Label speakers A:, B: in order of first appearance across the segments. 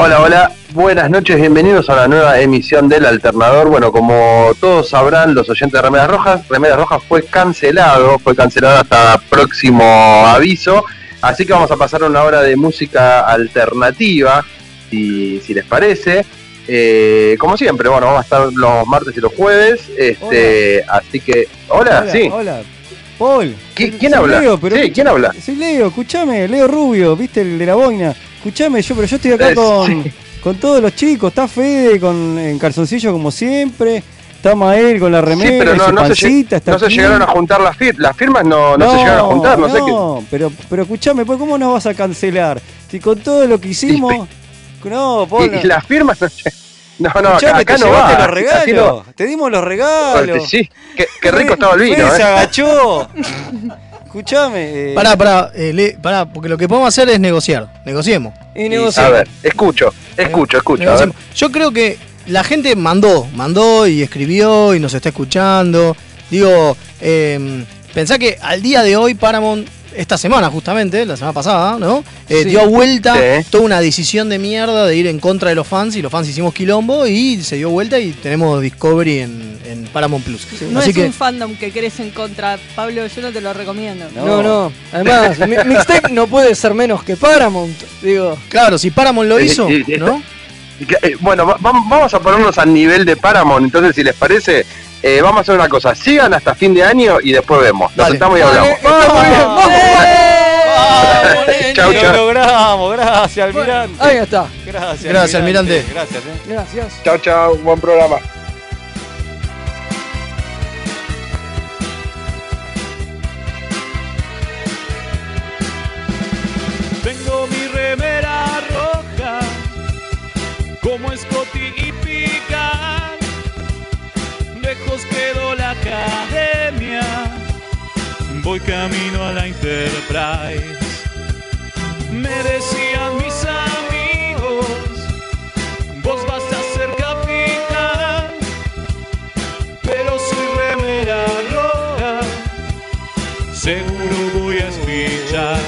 A: Hola, hola, buenas noches, bienvenidos a la nueva emisión del Alternador. Bueno, como todos sabrán, los oyentes de Remedas Rojas, Remedas Rojas fue cancelado, fue cancelado hasta próximo aviso. Así que vamos a pasar una hora de música alternativa, si, si les parece. Eh, como siempre, bueno, vamos a estar los martes y los jueves. Este, así que, hola,
B: Hola,
A: sí.
B: Hola. Paul.
A: ¿Qui-
B: Soy
A: ¿Quién habla?
B: Leo, pero
A: sí,
B: escucha-
A: ¿quién habla?
B: Soy Leo, escuchame, Leo Rubio, viste el de la boina. Escuchame, yo, pero yo estoy acá
A: Eh,
B: con, con todos los chicos, está Fede con en calzoncillo como siempre, está Mael con la remera,
A: sí, pero no,
B: su
A: no se,
B: pancita,
A: lle-
B: está
A: no se
B: aquí.
A: llegaron a juntar las, fir- las firmas, no, no, se llegaron a juntar, no, sé qué.
B: no, pero, pero escuchame, Paul, ¿cómo nos vas a cancelar? Si con todo lo que hicimos. No, Paul.
A: Y, y las firmas no lle- No, no, acá,
B: escuchame,
A: acá
B: te
A: no
B: llevaste
A: va.
B: los
A: así no
B: regalos. Te dimos los
A: va.
B: regalos.
A: Sí, qué, qué rico estaba el vino,
B: Fede se
A: eh.
B: agachó. Escuchame. eh,
C: Pará, pará, eh, le- pará, porque lo que podemos hacer es negociar. Negociemos.
B: Y
A: A
B: negociamos.
A: ver, escucho, escucho, escucho. A ver.
C: Negociemos. Yo creo que la gente mandó, mandó y escribió y nos está escuchando. Digo, eh, pensá que al día de hoy Paramount, esta semana justamente, la semana pasada, ¿no? Eh,
B: Sí.
C: Dio vuelta
A: Sí.
C: toda una decisión de mierda de ir en contra de los fans y los fans hicimos quilombo y se dio vuelta y tenemos Discovery en, en Paramount Plus.
D: No
C: Así
D: es
C: que,
D: un fandom que crece en contra. Pablo, yo no te lo recomiendo.
E: No, no. Además, mi- Mixtape no puede ser menos que Paramount. Digo,
C: claro, si Paramount lo
A: Sí,
C: hizo,
A: sí, sí.
C: ¿no?
A: Y que, eh, Bueno, va- vam- vamos a ponernos al nivel de Paramount, entonces si les parece, eh, vamos a hacer una cosa, sigan hasta fin de año y después vemos, nos
C: Dale.
A: sentamos y hablamos.
D: Eh.
A: Chau,
B: Lo
A: chau.
B: logramos, gracias, almirante.
E: ahí está.
B: Gracias,
C: Gracias, almirante.
B: Gracias, eh.
E: Gracias.
A: Chao, chao, buen programa.
F: Tengo mi remera roja, como Scotty y Picard. Lejos quedó la academia, voy camino a la Enterprise. Me decían mis amigos, vos vas a ser capitán, pero soy remera roja, seguro voy a escuchar.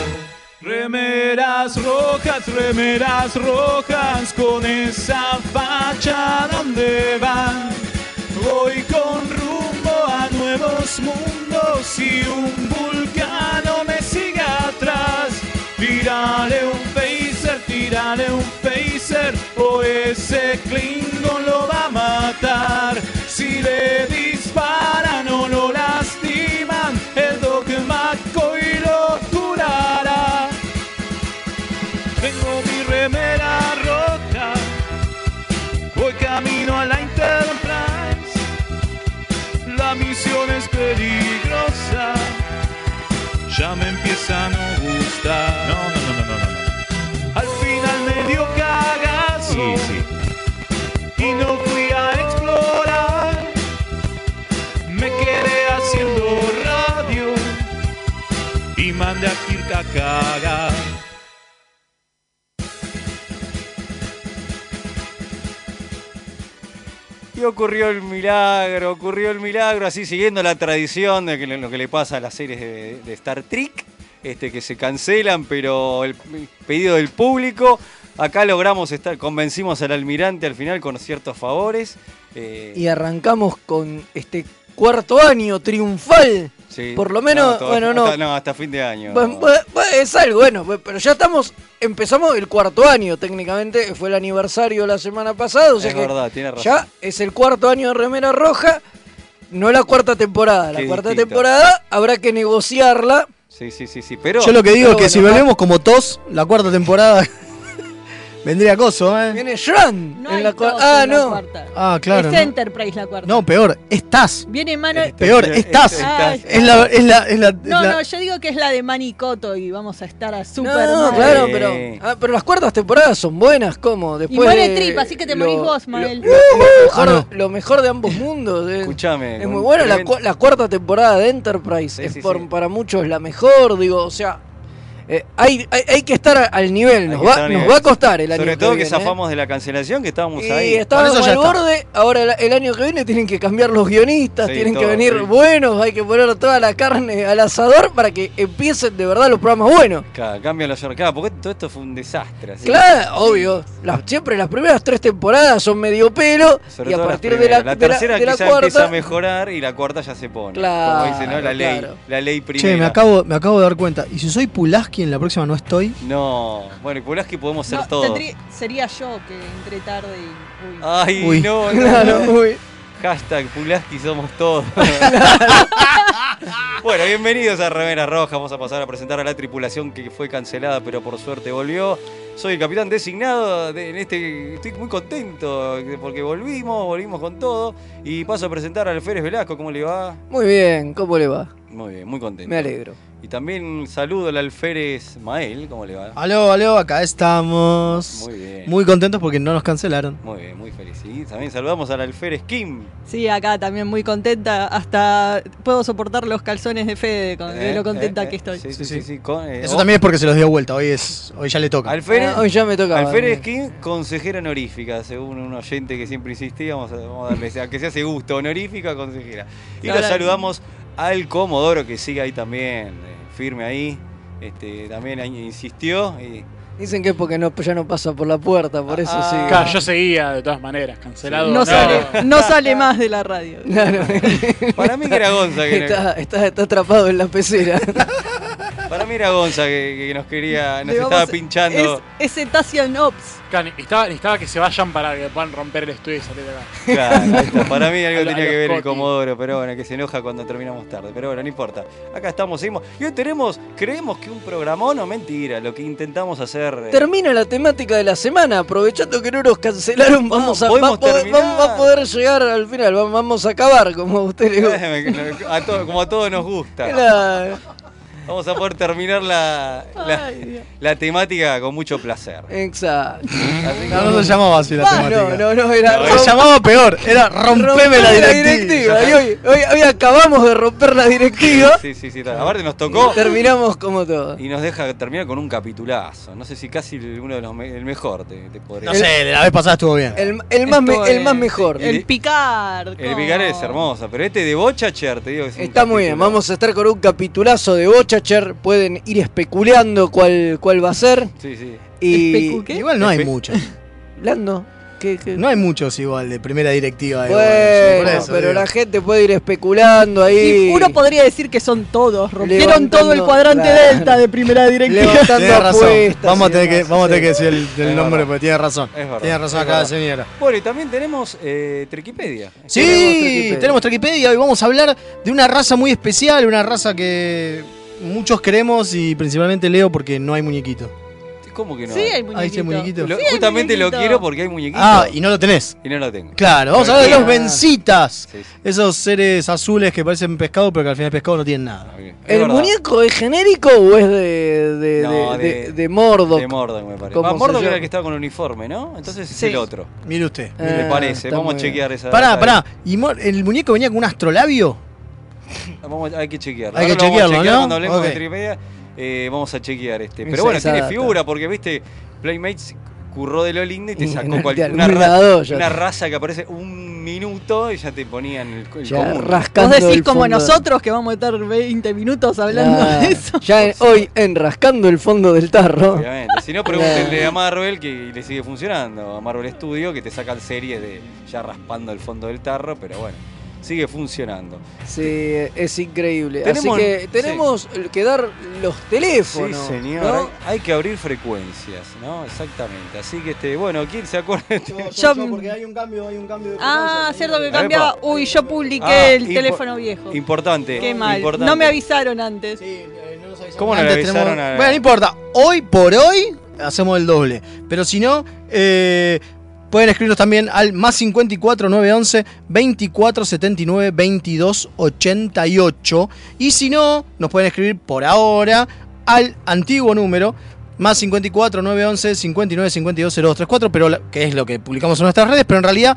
F: Remeras rojas, remeras rojas, con esa facha donde van. Voy con rumbo a nuevos mundos y un vulcano me sigue atrás. Tírale un phaser, tírale un phaser, o ese Klingon lo va a matar. Si le disparan o lo lastiman, el dogma y lo curará. Tengo mi remera rota, voy camino a la Enterprise. La misión es peligrosa, ya me empieza a no gustar. Al final me dio cagazo y no fui a explorar. Me quedé haciendo radio y mandé a Kirk a cagar.
B: Y ocurrió el milagro, ocurrió el milagro, así siguiendo la tradición de que lo lo que le pasa a las series de, de Star Trek, este, que se cancelan, pero el, el pedido del público, acá logramos estar, convencimos al almirante al final con ciertos favores. eh,
E: Y arrancamos con este cuarto año triunfal.
B: sí.
E: por lo menos,
B: todo-
E: bueno, no.
B: Hasta, no, hasta fin de año.
E: Bu- bu- bu- Es algo bueno, bu- pero ya estamos. Empezamos el cuarto año, técnicamente. Fue el aniversario la semana pasada. O sea
B: es
E: que
B: verdad, tiene razón.
E: ya es el cuarto año de Remera Roja. No la cuarta temporada. La
B: Qué
E: cuarta
B: distinto.
E: temporada habrá que negociarla.
B: Sí, sí, sí, sí. Pero
C: Yo lo que digo
E: pero
C: es que si
E: bueno, va.
C: volvemos como tos, la cuarta temporada vendría coso, ¿eh?
E: Viene Shran.
D: No
E: en
D: hay
E: la cua-
D: dos
E: Ah,
D: en la
E: no.
D: cuarta.
C: Ah, claro.
D: es
C: No,
D: Enterprise la cuarta.
C: No, peor, estás.
D: Viene mano.
B: Este,
C: peor,
B: este,
C: estás.
B: este,
D: Ah,
B: estás.
C: Es la. Es la, es la, es
D: No,
C: la-
D: no, yo digo que es la de Manicoto y vamos a estar a super
E: No,
D: mal.
E: claro,
B: Sí.
E: pero, ah, pero las cuartas temporadas son buenas, ¿cómo?
D: Y
E: Después
D: muere
E: de
D: Trip, así que te
E: lo- ¡Uh!
D: morís vos, Mael.
E: Lo mejor,
C: Ah,
E: lo mejor de ambos mundos. eh.
B: Escuchame.
E: Es
B: con
E: muy buena la,
B: tremendo-
E: cua- la cuarta temporada de Enterprise.
B: Sí,
E: es
B: sí,
E: por-
B: sí.
E: Para muchos la mejor, digo, o sea. eh, hay, hay, hay que estar a- al nivel,
B: Hay
E: nos
B: que
E: va,
B: estar al
E: nos
B: nivel.
E: va a costar el año
B: Sobre todo que
E: viene, ¿eh?
B: zafamos de la cancelación, que estábamos
E: Y
B: ahí.
E: estábamos
C: Con eso
E: al
C: ya está.
E: borde, ahora el, el año que viene tienen que cambiar los guionistas,
B: Sí,
E: tienen que
B: todo,
E: venir
B: sí.
E: buenos, hay que poner toda la carne al asador para que empiecen de verdad los programas buenos.
B: Claro, cambio la yorcada, porque todo esto fue un desastre. así.
E: Claro, obvio. Las, siempre las primeras tres temporadas son medio pelo
B: Sobre
E: y a
B: todo las
E: partir de la,
B: primeras. la
E: de la-
B: tercera
E: de la
B: quizá empieza a
E: cuarta...
B: mejorar y la cuarta ya se pone.
E: Claro,
B: Como dice, ¿no? La ley,
E: claro.
B: la ley primera.
C: Che, me acabo, me acabo de dar cuenta. Y si soy Pulaski en la próxima no estoy.
B: No, bueno, y Pulaski podemos ser
D: No,
B: todos.
D: tendrí- sería yo que entré tarde y. uy.
B: Ay,
C: Uy.
B: no, no,
E: Claro,
B: no.
E: uy.
B: Hashtag Pulaski somos todos. bueno, bienvenidos a Remeras Rojas. Vamos a pasar a presentar a la tripulación que fue cancelada, pero por suerte volvió. Soy el capitán designado de- en este. Estoy muy contento porque volvimos, volvimos con todo. Y paso a presentar al Férez Velasco, ¿cómo le va?
E: Muy bien, ¿cómo le va?
B: Muy bien, muy contento.
E: Me alegro.
B: Y también saludo al alférez Mael, ¿cómo le va?
C: Aló, aló, acá estamos.
B: Muy
C: Ah,
B: bien. Eh,
C: Muy contentos porque no nos cancelaron.
B: Muy bien, muy feliz. Y también saludamos al alférez Kim.
D: Sí, acá también muy contenta. Hasta puedo soportar los calzones de Fede con- de
B: Eh,
D: lo contenta
B: eh, eh,
D: que estoy.
B: Sí,
C: Sí,
B: sí, sí.
C: sí.
B: sí, con, eh,
C: Eso
B: o-
C: también es porque se los dio vuelta. Hoy es, hoy ya le toca.
B: Alférez,
E: Ah, hoy ya me tocaba.
B: alférez Kim, consejera honorífica, según un oyente que siempre insistía. Vamos a, vamos a darle, ese- a que se hace gusto, honorífica, consejera. Y
D: Ahora
B: lo
D: sí.
B: saludamos al Comodoro, que sigue ahí también, eh, firme ahí. Este, también ahí insistió. Y,
E: Dicen que es porque no, ya no pasa por la puerta, por eso
B: Ah.
E: sí.
B: Claro,
G: yo seguía de todas maneras, cancelado.
D: No,
G: o
D: sale, no sale más de la radio.
E: Claro.
B: para mí que era Gonza que no-
E: Está, está- está atrapado en la pecera.
B: Para mí era Gonza que, que nos quería, nos
D: Le vamos
B: estaba
D: a-
B: pinchando.
D: Es, es Etacian Ops.
G: Claro, necesitaba, necesitaba que se vayan para que puedan romper el estudio y salir de acá.
B: Claro, ahí está. para mí
G: A
B: algo
G: lo-
B: tenía
G: a los
B: que ver el
G: Coti.
B: Comodoro, pero bueno, que se enoja cuando terminamos tarde. Pero bueno, no importa. Acá estamos, seguimos. Y hoy tenemos, creemos que un programón o mentira, lo que intentamos hacer. eh,
E: Termina la temática de la semana, aprovechando que no nos cancelaron, vamos a, va-
B: podemos
E: va- va-
B: terminar.
E: va a poder llegar al final, va- vamos a acabar, como a usted le gusta.
B: a to- como a todos nos gusta.
E: Claro.
B: Vamos a poder terminar la, la,
D: Ay, Dios.
B: la temática con mucho placer.
E: Eh, Exacto.
C: No, no se llamaba así la
E: Ah,
C: temática.
E: no, no, no, era
B: No,
E: rom-
C: Se llamaba peor. Era rompeme
E: romper
C: la directiva.
E: Y hoy, hoy- hoy acabamos de romper la directiva.
B: Sí, sí, sí. tal. Aparte nos tocó
E: y terminamos como todo.
B: y nos deja terminar con un capitulazo. No sé si casi uno de los me- el mejor te, te podría
C: No sé, la vez pasada estuvo bien.
E: El, el más, me-
D: Estuvo
E: el más
D: bien.
E: mejor.
D: El picar.
B: El
D: ¿cómo?
B: Vigar es hermoso, pero este de Bochacher, te digo. que es un
E: Está muy bien,
B: capítulo.
E: vamos a estar con un capitulazo de Bochacher. Pueden ir especulando cuál, cuál va a ser.
B: Sí, sí.
E: Y.
D: ¿Especu qué?
C: Igual no hay
B: Espe-
C: muchos.
E: Blando. ¿Qué, qué?
C: No hay muchos igual de primera directiva. de
E: Bueno,
C: Bocha, por eso,
E: pero
C: digo.
E: la gente puede ir especulando ahí.
D: Sí, uno podría decir que son todos. Rompieron
E: Levantando,
D: todo el cuadrante
E: claro.
D: delta de primera directiva.
E: Levantando
C: Tenés razón.
E: apuestas
C: Vamos a
E: y
C: tener que,
E: demás,
C: vamos a
E: sí.
C: tener que decir el, el
B: verdad.
C: nombre porque tiene razón.
B: Es verdad,
C: Tiene razón
B: es
C: acá la
B: verdad.
C: señora.
B: Bueno, y también tenemos eh, Triquipedia.
C: Sí, tenemos Wikipedia y vamos a hablar de una raza muy especial, una raza que muchos queremos y principalmente Leo porque no hay muñequito.
B: ¿Cómo que no?
D: Sí, hay
C: Ahí está el muñequito.
D: muñequito.
B: Lo-
D: Sí, hay
B: justamente lo
D: muñequito.
B: quiero porque hay muñequitos.
C: Ah, y no lo tenés.
B: y... no lo tengo.
C: Claro, vamos a hablar de los vencitas.
B: Sí, sí.
C: Esos seres azules que parecen pescado pero que al final pescado no tienen nada.
B: Es
E: ¿El
B: verdad.
E: muñeco es genérico o es de, de,
B: No,
E: de-
B: de-
E: de- de Mordok?
B: De Mordor, me parece.
E: ¿Cómo
B: Ah,
E: se
B: Mordor era
E: llama?
B: el que estaba con uniforme, ¿no? Entonces es
D: Sí.
B: el otro.
C: Mire usted.
E: Ah,
B: me parece.
E: está
B: Vamos a
E: muy
B: chequear esa.
C: Pará,
B: esa-
C: pará. ¿Y Mor- el muñeco venía con un astrolabio?
B: Vamos, hay que chequearlo.
C: Hay que
B: Ahora lo
C: chequearlo,
B: vamos a chequear
C: ¿no?
B: Cuando hablemos
C: Ok.
B: de Tripedia, eh, vamos a chequear este. Pero
E: Esa-
B: bueno,
E: esa
B: tiene
E: data.
B: figura, porque viste, Playmates curró de lo lindo y te
E: Y
B: Este sacó
E: no,
B: cual-
E: de
B: una,
E: algún
B: ra-
E: lado ya.
B: una raza que aparece un minuto y ya te ponían el, el
E: Ya
B: común.
E: rascando
D: Vos decís
E: el
D: como
E: fondo.
D: nosotros que vamos a estar 20 minutos hablando
E: Claro.
D: de eso.
E: Ya en- hoy en Rascando el Fondo del Tarro.
B: Obviamente. Si no, pregúntenle a Marvel que le sigue funcionando. A Marvel Studio que te sacan series de ya raspando el fondo del tarro, pero bueno, sigue funcionando.
E: Sí, es increíble.
B: Tenemos-
E: Así que
B: sí.
E: tenemos que dar los teléfonos.
B: Hay, hay que abrir frecuencias, ¿no? Exactamente. Así que, este, bueno, ¿quién se acuerda?
D: Yo- yo, porque
C: hay un cambio, hay un cambio de
D: Ah, cierto que
B: Epa.
D: cambiaba. Uy, yo publiqué
B: Ah,
D: el
B: impo-
D: teléfono viejo.
B: Importante.
D: Qué mal.
B: importante.
D: No me avisaron antes.
B: ¿Cómo eh, no le
C: Antes
B: avisaron
C: tenemos-
B: a-
C: Bueno, no importa. Hoy por hoy hacemos el doble. Pero si no, eh, pueden escribirnos también al más 54 911 24 79 22 88. Y si no, nos pueden escribir por ahora al antiguo número. Más 54 911 59 52 0234, pero la- que es lo que publicamos en nuestras redes, pero en realidad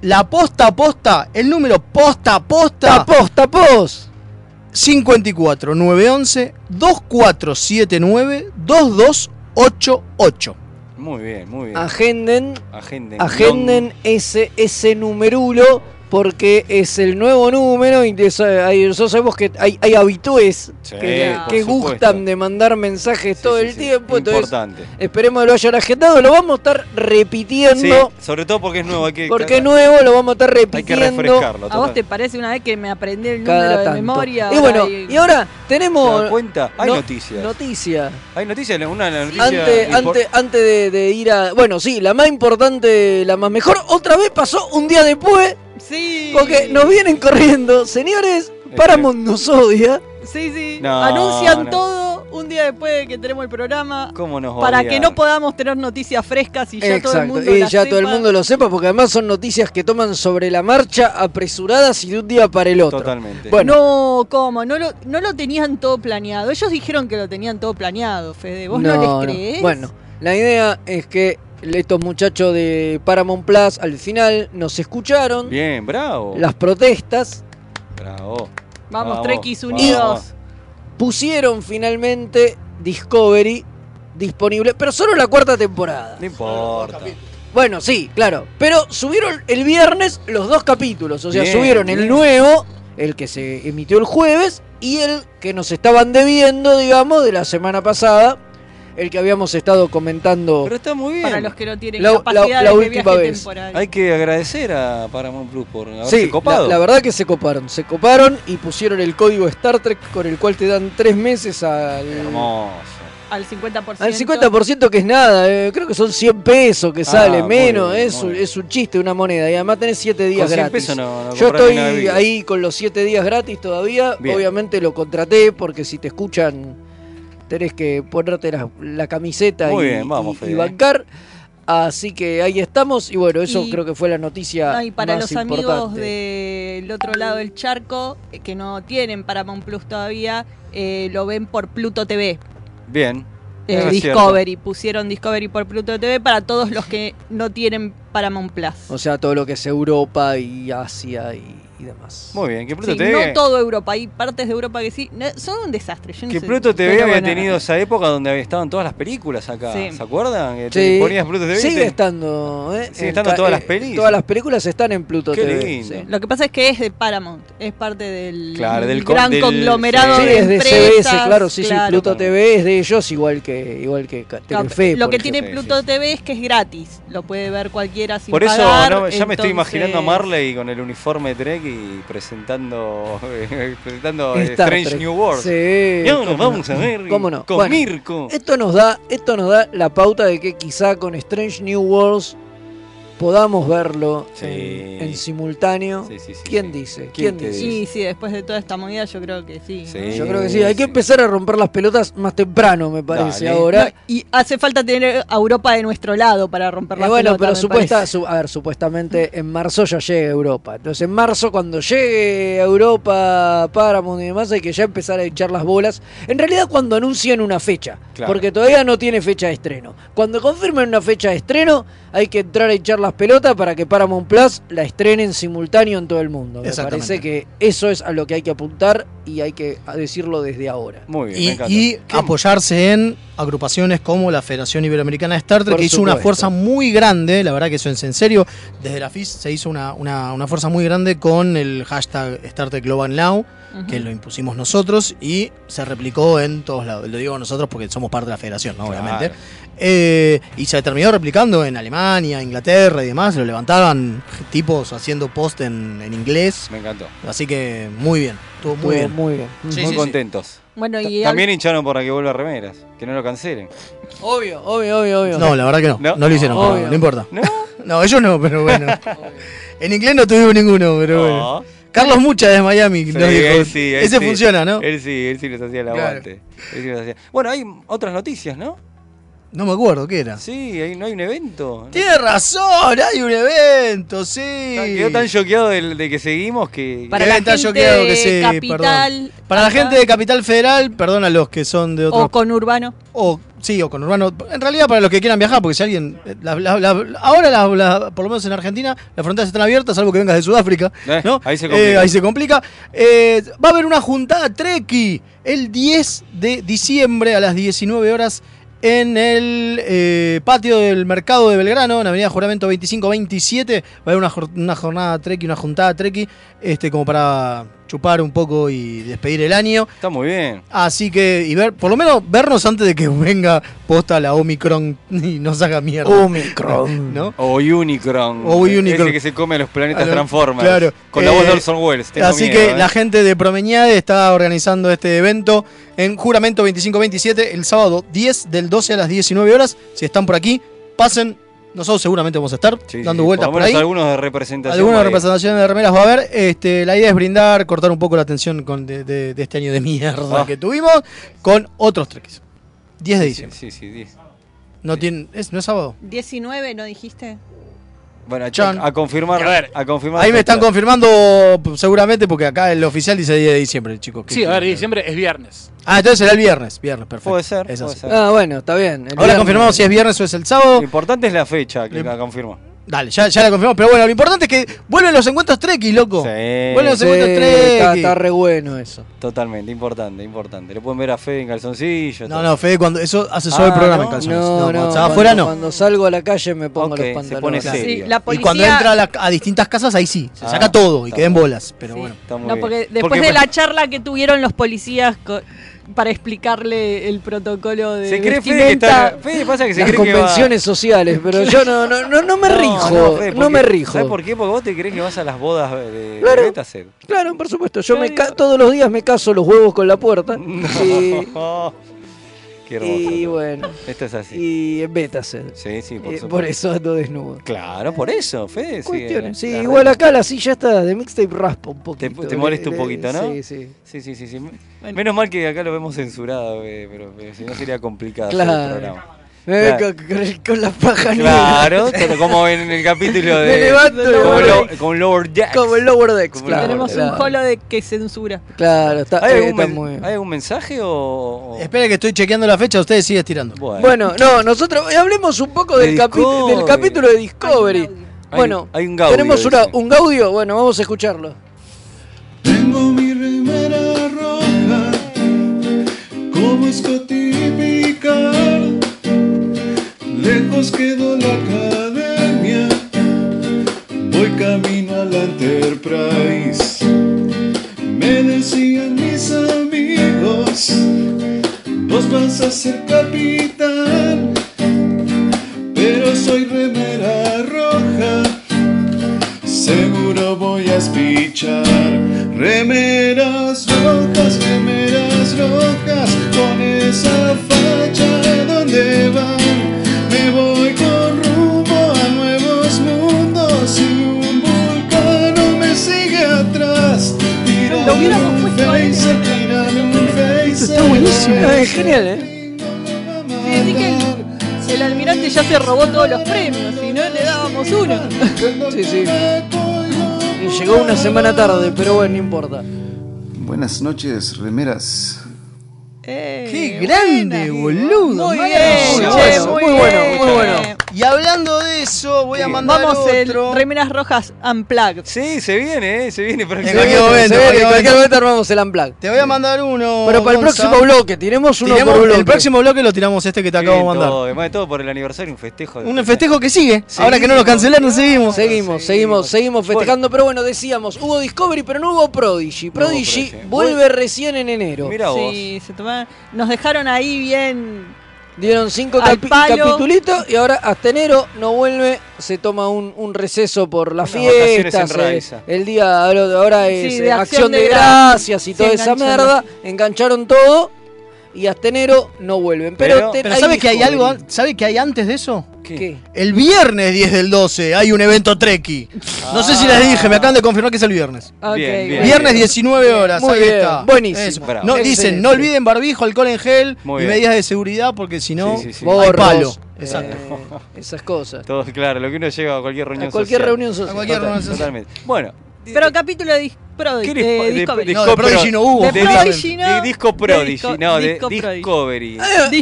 C: la posta a posta, el número posta a posta
E: Tapos, tapos.
C: 54 911 2479 2288.
B: Muy bien, muy bien.
E: Agenden,
B: Agenden.
E: agenden ese, ese numerulo porque es el nuevo número y de esa- ahí nosotros sabemos que hay, hay habitués
B: Sí,
E: que,
D: por
E: que
B: supuesto.
E: gustan de mandar mensajes
B: Sí,
E: todo
B: sí,
E: el
B: sí.
E: tiempo. Entonces,
B: Importante.
E: Esperemos que lo hayan agendado, lo vamos a estar
B: Sí,
E: repitiendo.
B: sobre todo porque es nuevo. Hay que,
E: Porque es nuevo, lo vamos a estar
B: hay que
E: repitiendo.
B: refrescarlo.
D: ¿A vos
B: total.
D: te parece una vez que me aprendí el número
E: cada
D: de
E: tanto.
D: memoria?
E: y bueno,
D: ahí-
E: y ahora
B: ¿Te das
E: tenemos
B: cuenta? Hay
E: no-
B: noticias.
E: noticia.
B: Hay noticias, una noticia.
E: Antes,
B: impor-
E: antes, antes de, de ir a. Bueno, sí, la más importante, la más mejor. Otra vez pasó un día después,
D: Sí.
E: porque nos vienen corriendo. Señores, Paramount nos odia.
D: Sí, sí.
B: No,
D: Anuncian
B: no.
D: todo un día después de que tenemos el programa.
B: ¿Cómo nos
D: Para
B: odian?
D: que no podamos tener noticias frescas y ya todo el mundo
E: y
D: las
E: ya todo el
D: sepa.
E: mundo lo sepa, porque además son noticias que toman sobre la marcha apresuradas y de un día para el otro.
B: Totalmente.
E: Bueno.
D: No, ¿cómo? No lo, no lo tenían todo planeado. Ellos dijeron que lo tenían todo planeado, Fede. ¿Vos no, les creés?
E: Bueno, la idea es que estos muchachos de Paramount Plus al final nos escucharon
B: Bien, bravo.
E: las protestas,
B: Bravo.
D: Vamos,
B: Vamos,
D: Trekkies
B: vamos.
D: Unidos.
E: pusieron finalmente Discovery disponible, pero solo la cuarta temporada.
B: No importa.
E: Bueno, sí, claro, pero subieron el viernes los dos capítulos, o sea,
B: Bien,
E: subieron el
B: bien.
E: nuevo, el que se emitió el jueves, y el que nos estaban debiendo, digamos, de la semana pasada, el que habíamos estado comentando.
B: Pero está muy bien.
D: Para los que no tienen
E: La- la-
D: capacidad
E: la
D: de
E: última
D: viaje
E: vez.
D: temporal.
B: Hay que agradecer a Paramount Plus por haberse
E: Sí,
B: copado.
E: La, la verdad que se coparon. Se coparon y pusieron el código Star Trek con el cual te dan tres meses al,
B: Hermoso.
D: Al 50%.
E: al 50%, que es nada. eh, creo que son 100 pesos que
B: Ah,
E: sale,
B: muy
E: menos.
B: bien,
E: es,
B: muy
E: un,
B: bien.
E: es un chiste, una moneda. Y además tenés 7
B: Con
E: días
B: 100
E: gratis.
B: pesos no- no
E: Yo
B: compras
E: estoy
B: ni una bebida.
E: ahí con los 7 días gratis todavía.
B: Bien.
E: Obviamente lo contraté porque si te escuchan tenés que ponerte la, la camiseta
B: Muy
E: y,
B: bien, vamos,
E: y- y
B: Fede.
E: bancar. Así que ahí estamos. Y bueno, eso
D: Y-
E: creo que fue la noticia.
D: No, y para
E: más
D: los amigos
E: importante.
D: del otro lado del charco eh, que no tienen Paramount Plus todavía, eh, lo ven por Pluto TV.
B: Bien.
D: eh,
B: Eso es cierto.
D: Discovery. Pusieron Discovery por Pluto TV para todos los que no tienen Paramount Plus.
E: O sea, todo lo que es Europa y Asia y, y demás.
B: Muy bien. Que Pluto
D: Sí,
B: TV.
D: no todo Europa, hay partes de Europa que sí, no, son un desastre. yo no
B: que
D: sé,
B: Pluto TV
D: pero
B: había
D: bueno.
B: tenido esa época donde había- estaban todas las películas acá.
D: Sí.
B: ¿Se acuerdan? Que te
E: Sí,
B: ponías Pluto TV. y
E: sigue
B: te-
E: estando, ¿eh?
B: Sigue estando
E: ca-
B: todas las pelis.
E: Todas las películas están en Pluto
B: Qué
E: TV.
B: lindo.
E: sí.
D: Lo que pasa es que es de Paramount, es parte del,
B: Claro, del con-
D: gran
B: del-
D: conglomerado
E: Sí,
B: Todo
D: de
E: es de CBS,
D: empresas,
E: claro, sí, sí,
D: claro.
E: Pluto TV es de ellos igual que igual que ca-
D: Claro,
E: Telefe.
D: lo
E: por
D: que
E: ejemplo.
D: tiene
B: ejemplo.
D: Pluto TV es que es gratis, lo puede ver cualquiera sin
B: Por eso
D: pagar,
B: no, ya me estoy
D: entonces-
B: imaginando a Marley con el uniforme Trek y presentando, presentando eh,
E: Star
B: Strange
E: Trek.
B: New World.
E: Sí,
B: Ya nos
E: cómo
B: vamos a ver
E: ¿Cómo no?
B: con
E: Bueno,
B: Mirko.
E: Esto nos da esto nos da la pauta de que quizá con Strange New Worlds podamos verlo
B: Sí.
E: en, en simultáneo.
B: Sí, sí, sí,
E: ¿Quién
B: sí.
E: dice? ¿Quién,
B: ¿Quién te
E: dice?
B: dice?
D: Y sí, después de toda esta movida yo creo que sí. ¿no?
B: Sí.
E: Yo creo que sí, hay que empezar a romper las pelotas más temprano, me parece,
B: Dale.
E: ahora.
D: No, y hace falta tener a Europa de nuestro lado para romper
E: Eh,
D: la
E: bueno,
D: pelota,
E: pero
D: me
E: supuesta,
D: parece.
E: su- a ver, supuestamente en marzo ya llega Europa. Entonces en marzo cuando llegue a Europa, Paramount y demás, hay que ya empezar a echar las bolas. En realidad cuando anuncian una fecha,
B: Claro.
E: porque todavía no tiene fecha de estreno. Cuando confirmen una fecha de estreno, hay que entrar a echar las pelotas para que Paramount Plus la estrene en simultáneo en todo el mundo. Me
C: Exactamente.
E: parece que eso es a lo que hay que apuntar y hay que decirlo desde ahora.
B: Muy bien, me Ah,
C: Y,
B: encanta.
C: y
B: Am-
C: apoyarse en agrupaciones como la Federación Iberoamericana de Star Trek,
E: Por
C: que hizo una
E: supuesto.
C: fuerza muy grande, la verdad que eso es en serio, desde la FIS se hizo una, una- una fuerza muy grande con el hashtag Star Trek Global Now,
D: Ujú.
C: que lo impusimos nosotros y se replicó en todos lados. Lo digo nosotros porque somos parte de la federación, ¿no? obviamente.
B: Claro.
C: Eh, y se terminó replicando en Alemania, Inglaterra y demás. Lo levantaban tipos haciendo post en, en inglés.
B: Me encantó.
C: Así que muy bien, estuvo muy bien.
E: Muy bien.
C: Sí,
B: Muy
C: sí,
B: contentos.
D: Bueno,
B: Ta-
D: y al-
B: También hincharon para que vuelva Remeras. Que no lo cancelen.
E: Obvio, obvio, obvio, obvio.
C: No, la verdad que no. No,
B: No.
C: lo hicieron, pero
E: Obvio.
C: no importa.
B: ¿No?
C: No, ellos no, pero bueno. en inglés no tuvimos ninguno, pero bueno.
B: No.
C: Carlos Mucha de Miami
B: Sí,
C: nos dijo.
B: él sí, él
C: Ese
B: sí. Eh.
C: funciona, ¿no?
B: Él sí, él sí les hacía el
C: Claro.
B: aguante. Él sí les hacía- Bueno, hay otras noticias, ¿no?
C: No me acuerdo qué era.
B: Sí, ahí no hay un evento.
C: Tiene razón, hay un evento, sí.
B: Quedó tan choqueado del- de, que seguimos que.
D: Para
C: Qué
D: la
C: bien, está
D: gente
C: choqueado
D: de Capital,
C: perdón. Para la
D: acá.
C: gente de Capital Federal, perdón a los que son de otros.
D: o con Urbano.
C: o- sí, o con Urbano. En realidad, para los que quieran viajar, porque si alguien. eh, la- la- la- ahora, la- la- por lo menos en Argentina, las fronteras están abiertas, salvo que vengas de Sudáfrica.
B: Eh,
C: ¿no?
B: ahí se complica.
C: ahí se complica. Eh, va a haber una juntada Treki el 10 de diciembre a las 19 horas en el eh, patio del mercado de Belgrano, en Avenida Juramento 2527. Va a haber una, jor- una jornada Treki, una juntada Treki, este, como para chupar un poco y despedir el año.
B: Está muy bien.
C: Así que, y ver, por lo menos vernos antes de que venga posta la Omicron y nos haga mierda.
E: Omicron.
C: ¿No?
B: O Unicron.
C: O Unicron.
B: Ese que se come a los planetas
C: A lo-
B: Transformers.
C: claro.
B: Con la voz
C: Eh,
B: de Orson Welles. tengo
C: Así
B: miedo,
C: que
B: eh.
C: la gente de Promeñade está organizando este evento en Juramento 2527 el sábado 10 del 12 a las 19 horas. Si están por aquí, pasen. Nosotros seguramente vamos a estar
B: Sí,
C: dando
B: sí,
C: vueltas
B: lo
C: por
B: menos
C: ahí.
B: Algunos de representación.
C: Algunas
B: varios.
C: representaciones de remeras va a haber. Este, la idea es brindar, cortar un poco la tensión con de, de- de este año de mierda
B: Ah.
C: que tuvimos con otros treques. 10 de diciembre.
B: Sí, sí, sí. diez.
C: No, tiene, es, no es sábado.
D: 19, ¿no dijiste?
B: Bueno, a,
C: Chan.
B: a confirmar.
G: A ver,
B: a confirmar
C: Ahí me están
B: fecha.
C: confirmando p- seguramente porque acá el oficial dice 10 de diciembre, chicos. ¿Qué
G: Sí, a ver,
C: quieren?
G: diciembre es viernes.
C: Ah, entonces será el viernes, viernes, perfecto.
B: Puede ser.
C: Es
B: puede
C: así.
B: ser.
E: Ah, bueno, está bien. El
C: Ahora
E: viernes-
C: confirmamos si es viernes o es el sábado.
B: Lo importante es la fecha que
C: Le-
B: la confirmó.
C: Dale, ya, ya la confirmamos. Pero bueno, lo importante es que vuelven los encuentros trekkies, loco.
B: Sí.
C: Bueno,
E: Sí,
C: Segundo tres.
E: está, está re bueno eso.
B: Totalmente, importante, importante. Lo pueden ver a Fede en calzoncillo.
C: No,
B: todo.
C: no, Fede, cuando eso hace solo el programa en calzones. No,
E: No, no,
C: cuando está
E: cuando-
C: afuera no.
E: Cuando salgo a la calle me pongo
B: Ok,
E: los
B: se
E: pantalones.
B: pone
E: Claro.
B: serio.
D: Sí, la
C: Y
D: policía.
C: cuando entra a, la- a distintas casas, ahí sí. Se
B: Ah,
C: saca todo y
B: está
C: queden
B: bueno.
C: bolas. Pero
D: Sí.
C: bueno.
B: Está muy
D: No,
B: bien.
D: porque después de la charla que tuvieron los policías co- para explicarle el protocolo de
B: Se cree Fede que
D: vestimenta,
B: está. Fede pasa que se
E: Las
B: cree que. va-
E: convenciones sociales, pero yo no, no, no, no me rijo. No,
B: Fede,
E: me
B: porque-
E: rijo.
B: ¿Sabes por qué? Porque vos te crees que vas a las bodas de- de
E: Claro.
B: Beta Sed.
E: Claro, por supuesto. Yo me ca- todos los días me caso los huevos con la puerta. Y,
B: Qué hermoso.
E: y bueno,
B: Esto es así.
E: y en beta sed.
B: Sí, sí, por
E: Eh,
B: supuesto.
E: Por eso ando desnudo.
B: Claro, por eso, Fede. sigue
E: Cuestiones.
B: la-
E: Sí,
B: la
E: igual
B: regla.
E: acá la silla está de mixtape raspa un poquito.
B: te molesta un
E: Le- le-
B: poquito, ¿no?
E: Sí, sí.
B: Sí, sí, sí. sí. Menos mal que acá lo vemos censurado, eh, pero, pero si no sería complicado
E: Claro.
B: hacer el programa.
E: Eh,
B: Claro.
E: con, con- con la paja negra.
B: Claro, todo como en el capítulo de.
E: Me levanto y
B: como
E: voy.
B: lo- con Lord Jack.
E: Como el Lower Decks.
B: Como el
E: claro,
D: tenemos
E: claro.
D: un holo de que censura.
E: Claro, está,
B: ¿Hay
E: eh,
B: algún,
E: está
B: men-
E: muy bien.
B: ¿Hay algún mensaje o.? o-
C: Espera que estoy chequeando la fecha, ustedes siguen estirando.
B: Bueno,
E: Bueno, no, nosotros eh, hablemos un poco
B: De
E: del, capi-
B: Discovery.
E: del capítulo de Discovery.
B: Hay-
E: Bueno,
B: hay un gaudio,
E: tenemos una-
B: dice.
E: un gaudio, bueno, vamos a escucharlo.
F: Tengo mi remera roja, como Scotty Picard. Lejos quedó la academia, voy camino a la Enterprise. Me decían mis amigos, vos vas a ser capitán, pero soy remera roja. Seguro voy a espichar Remeras rojas, remeras rojas Con esa facha donde van Me voy con rumbo a nuevos mundos Y un vulcano me sigue atrás
D: Lo
F: Tirame
D: hubiéramos
F: un
D: puesto ahí.
F: phaser, tirame un phaser
E: Está buenísimo. Eh, genial, ¿eh?
D: Así que el, el almirante ya se robó todos los premios, si no le dábamos uno.
E: Sí, sí. Y llegó una semana tarde, pero bueno, no importa.
H: Buenas noches, remeras.
D: Eh,
C: ¡Qué grande, boludo!
D: Muy bien,
C: maravilloso.
D: che,
E: bueno,
D: muy,
E: muy bueno,
D: bien.
E: muy bueno.
C: Y hablando de eso, voy a mandar
D: Vamos el
C: otro.
D: remeras rojas unplugged.
B: Sí, se viene, eh, se viene
C: En
B: próximo.
C: cualquier momento,
E: Se ve que
C: cualquier
E: en cualquier
C: momento.
E: momento armamos el unplug.
C: Te voy a mandar uno.
E: Pero para el
C: Gonza.
E: próximo bloque, tiremos uno
C: Tiramos-
E: por bloque.
C: El próximo bloque lo tiramos este que te acabo de mandar.
B: Todo, además de todo por el aniversario, un festejo. de-
C: Un festejo que sigue.
B: Seguimos.
C: Ahora que no lo cancelaron, seguimos.
E: Seguimos, seguimos, seguimos festejando, pero bueno, decíamos, hubo Discovery, pero no hubo Prodigy.
B: No hubo
E: Prodigy
B: Prodigy.
E: vuelve recién en enero.
B: Mira vos.
D: Sí, se tomaron- Nos dejaron ahí bien.
E: Dieron cinco
D: Al
E: capi-
D: palo.
E: capitulitos y ahora hasta enero no vuelve, se toma un, un receso por las
B: Unas vacaciones
E: fiestas,
B: en
E: eh,
B: Raiza.
E: el día ahora ahora es
D: Sí, de
E: eh,
D: Acción
E: acción de,
D: de
E: gracias y
D: Sí,
E: toda esa
D: engancharon.
E: mierda, engancharon todo y hasta enero no vuelven. Pero,
B: Pero-
E: te-
C: Pero ¿sabe que hay
E: Discovery.
C: algo? ¿Sabe que hay antes de eso?
E: ¿Qué?
C: El viernes 10 del 12 hay un evento Treki. No sé si les dije, me acaban de confirmar que es el viernes.
E: Ok,
B: Bien, bien.
C: Viernes 19 horas,
E: Muy
C: ahí
E: bien,
C: está.
E: buenísimo.
C: Eso.
B: Bravo.
C: No,
E: Excelente.
C: dicen, no olviden barbijo, alcohol en gel
B: Muy
C: y
B: bien.
C: medidas de seguridad porque si no,
B: Sí, sí, sí.
C: hay
E: Borros,
C: palo.
E: eh,
C: Exacto.
E: esas cosas.
B: Todo claro, lo que uno llega a cualquier reunión
E: A cualquier
B: social.
E: reunión social.
C: A cualquier
E: Total.
C: reunión social.
B: Totalmente. Bueno.
D: Pero capítulo de, Dis- Pro- de,
B: ¿Qué les pa- de-
D: Discovery.
B: de-
C: No, de Prodigy no hubo,
B: de-
D: Eh, De
B: de-
D: Prodigy no,
B: de Disco
D: de
B: Prodigy,
D: Disco-
B: no, de
D: Disco Prodigy.
B: Discovery.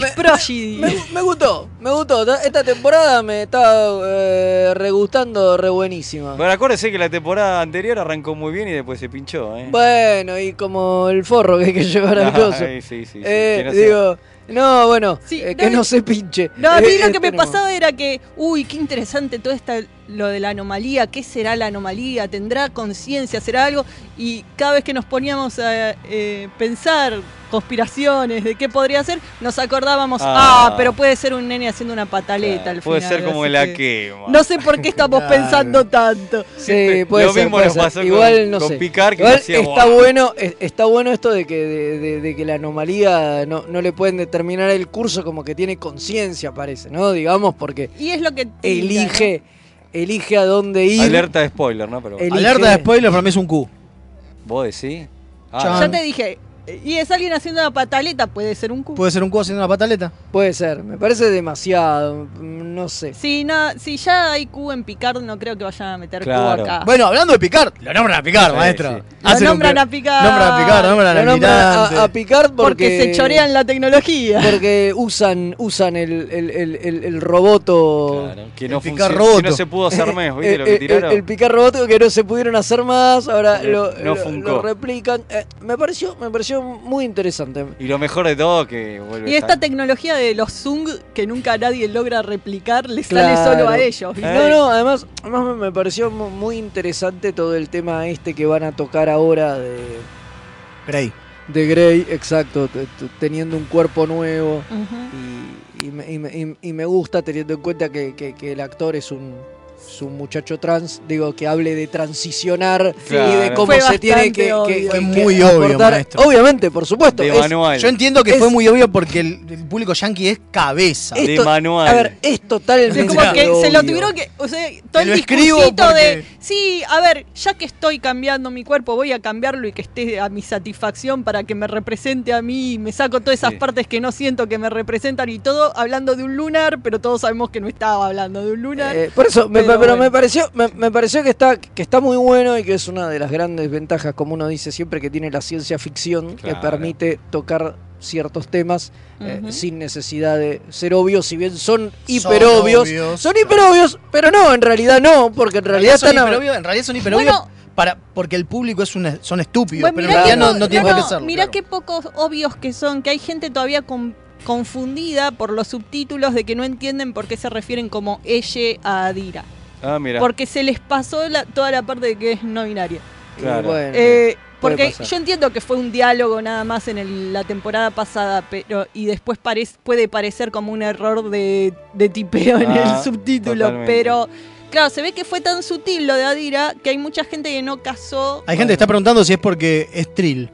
D: Disprodigy.
E: Me, me gustó, me gustó. Ta- Esta temporada me está eh, regustando, re buenísima.
B: Pero acuérdense que la temporada anterior arrancó muy bien y después se pinchó, ¿eh?
E: Bueno, y como el forro que hay que llevar al coso.
B: Ay, sí, sí, sí,
E: Eh,
B: que no sea-
E: digo, no, bueno,
D: Sí,
E: eh,
D: no,
E: que no
D: y-
E: se pinche.
D: No, a mí
E: Eh,
D: lo que me
E: tenemos.
D: pasaba era que, uy, qué interesante todo esta, lo de la anomalía, ¿qué será la anomalía? ¿Tendrá conciencia? ¿Será algo? Y cada vez que nos poníamos a eh, pensar conspiraciones de qué podría ser, nos acordábamos,
B: Ah.
D: ah, pero puede ser un nene haciendo una pataleta
B: Claro,
D: al
B: Puede
D: final,
B: ser como
D: así
B: la ah,
D: que-
B: quema.
D: No sé por qué estamos pensando tanto.
E: Sí, puede
B: lo
E: ser,
B: mismo
E: puede
B: nos
E: ser.
B: pasó con-
E: Igual no
B: con
E: sé.
B: Picard, que
E: Igual
B: decía,
E: está
B: "Buah".
E: bueno, es- está bueno esto de que de, de- de que la anomalía no, no le pueden determinar el curso como que tiene conciencia parece, ¿no? Digamos porque
D: Y es lo que... tinta,
E: elige elige a dónde ir.
B: Alerta de spoiler, ¿no? Pero
E: El- Elige-
C: Alerta de spoiler para mí es un Q.
B: vos decís. ah,
D: ¿no?
C: Chan.
D: Ya te dije, y es alguien haciendo una pataleta, puede ser un cubo.
C: Puede ser un Q haciendo una pataleta.
E: Puede ser, me parece demasiado, mm, no sé.
D: Si, no, si ya hay cubo en Picard, no creo que vayan a meter
B: Claro.
D: cubo acá.
C: Bueno, hablando de picar, lo nombran a picar,
B: Sí,
C: maestro.
B: sí.
D: Lo
C: Hacen un
D: nombran
C: pe-
D: a Picard.
C: Nombran a picar, nombran
E: Lo
C: al
E: nombran
C: almirante.
E: a, a Picard porque,
D: porque, se chorean la tecnología.
E: porque usan usan el, el, el, el- el roboto
B: Claro, que no
C: El picar
B: funcionó,
C: roboto.
B: que no se pudo hacer más, ¿viste
E: Eh,
B: lo
E: eh,
B: que
E: eh,
B: tiraron?
E: El picar robot que no se pudieron hacer más, ahora
B: No,
E: lo,
B: no
E: lo-
B: funcó.
E: lo replican. Eh, me, pareció, me pareció muy interesante.
B: Y lo mejor de todo que vuelve
D: Y
E: este
B: a
D: esta
B: estar-
D: tecnología de los Zung que nunca nadie logra replicar, le
E: Claro.
D: sale solo a ellos. ¿viste?
E: No, no, además, además me- me pareció mu- muy interesante todo el tema este que van a tocar ahora de,
C: Grey.
E: de Grey, exacto, t- t- teniendo un cuerpo nuevo.
D: Ujú.
E: Y, y me, y me- y- y me gusta teniendo en cuenta que, que- que el actor es un, es un muchacho trans, digo, que hable de transicionar y de
B: Claro.
E: cómo
D: Fue
E: se tiene
D: bastante
E: que, que-
D: obvio.
E: que-
C: Fue
E: que
C: muy obvio,
E: abordar.
C: maestro.
E: Obviamente, por supuesto.
B: de
E: es-
B: manual.
C: Yo entiendo que
E: Es-
C: fue muy obvio porque el, el público yankee es cabeza.
E: Es-
B: de
E: esto-
B: manual.
E: a ver, es totalmente.
D: Es como que se lo
E: obvio.
D: tuvieron que. O sea, todo el
C: lo escribo
D: discursito
C: porque-
D: de. Sí, a ver, ya que estoy cambiando mi cuerpo, voy a cambiarlo y que esté a mi satisfacción para que me represente a mí. y Me saco todas esas
B: Sí.
D: partes que no siento que me representan y todo hablando de un lunar, pero todos sabemos que no estaba hablando de un lunar.
E: Eh, por eso, me,
D: Pero
E: pero me
D: bueno.
E: pareció, me, me pareció que está, que está muy bueno y que es una de las grandes ventajas, como uno dice siempre, que tiene la ciencia ficción,
B: Claro.
E: que permite tocar ciertos temas eh,
D: Ujú.
E: sin necesidad de ser obvios, si bien son
C: Son
E: hiperobvios.
C: obvios.
E: Son hiperobvios, pero no, en realidad no, porque en realidad
C: son
E: están... hab-
C: hiperobvios, en realidad son hiperobvios
D: bueno,
C: para, porque el público es una- son estúpidos,
D: Bueno,
C: pero en
D: mirá
C: realidad
D: que
C: no,
D: po-
C: no tienen
D: no,
C: por
D: no,
C: qué serlo.
D: Mirá
C: claro.
D: qué pocos obvios que son, que hay gente todavía con- confundida por los subtítulos de que no entienden por qué se refieren como ella a Adira.
B: ah, mira.
D: Porque se les pasó la- toda la parte de que es no binaria.
E: Y
B: Claro.
E: bueno,
D: Eh,
E: puede
D: porque
E: pasar.
D: yo entiendo que fue un diálogo nada más en el- la temporada pasada, pero y después parec- puede parecer como un error de, de tipeo en
B: Ah,
D: el subtítulo,
B: totalmente.
D: pero claro, se ve que fue tan sutil lo de Adira que hay mucha gente que no casó.
C: Hay gente que está preguntando si es porque es trill.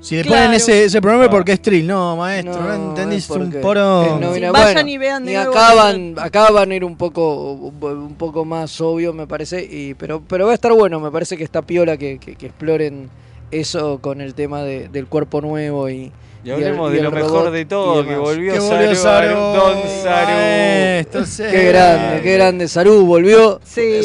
C: Si le
D: Claro.
C: ponen ese, ese problema es
B: Claro.
C: porque es trill. No, maestro, no,
E: Ah. No, es
C: entendiste un
E: porque
C: poro.
E: es no
D: Sí,
E: binaria.
D: vayan
E: Bueno,
D: y vean de
E: Y
D: nuevo.
E: acaban, acaban ir un poco, un poco más obvio, me parece, y, pero, pero va a estar bueno, me parece que está piola que, que- que exploren eso con el tema de- del cuerpo nuevo y,
B: y hablemos
E: y
B: de
E: el
B: lo mejor
E: robot
B: de
E: y
B: todo, que
E: demás.
B: volvió,
C: Que volvió
B: Saru, Don Saru.
C: Maestro, sí.
E: qué grande, qué grande Saru volvió,
D: Sí,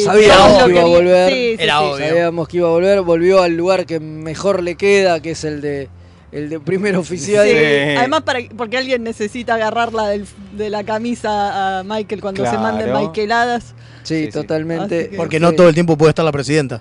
D: yo lo
E: sabíamos que iba a
D: quería-
E: volver,
D: sí, sí,
C: Era
D: sí.
C: obvio.
E: sabíamos que iba a volver, volvió al lugar que mejor le queda, que es el de el de primer oficial.
D: Sí,
B: Sí.
D: Además, para, porque alguien necesita agarrarla del- de la camisa a Michael cuando se
B: Claro.
D: manden Michaeladas.
E: Sí,
B: Sí, sí.
E: totalmente.
D: Así que-
C: Porque no todo el tiempo puede estar la presidenta.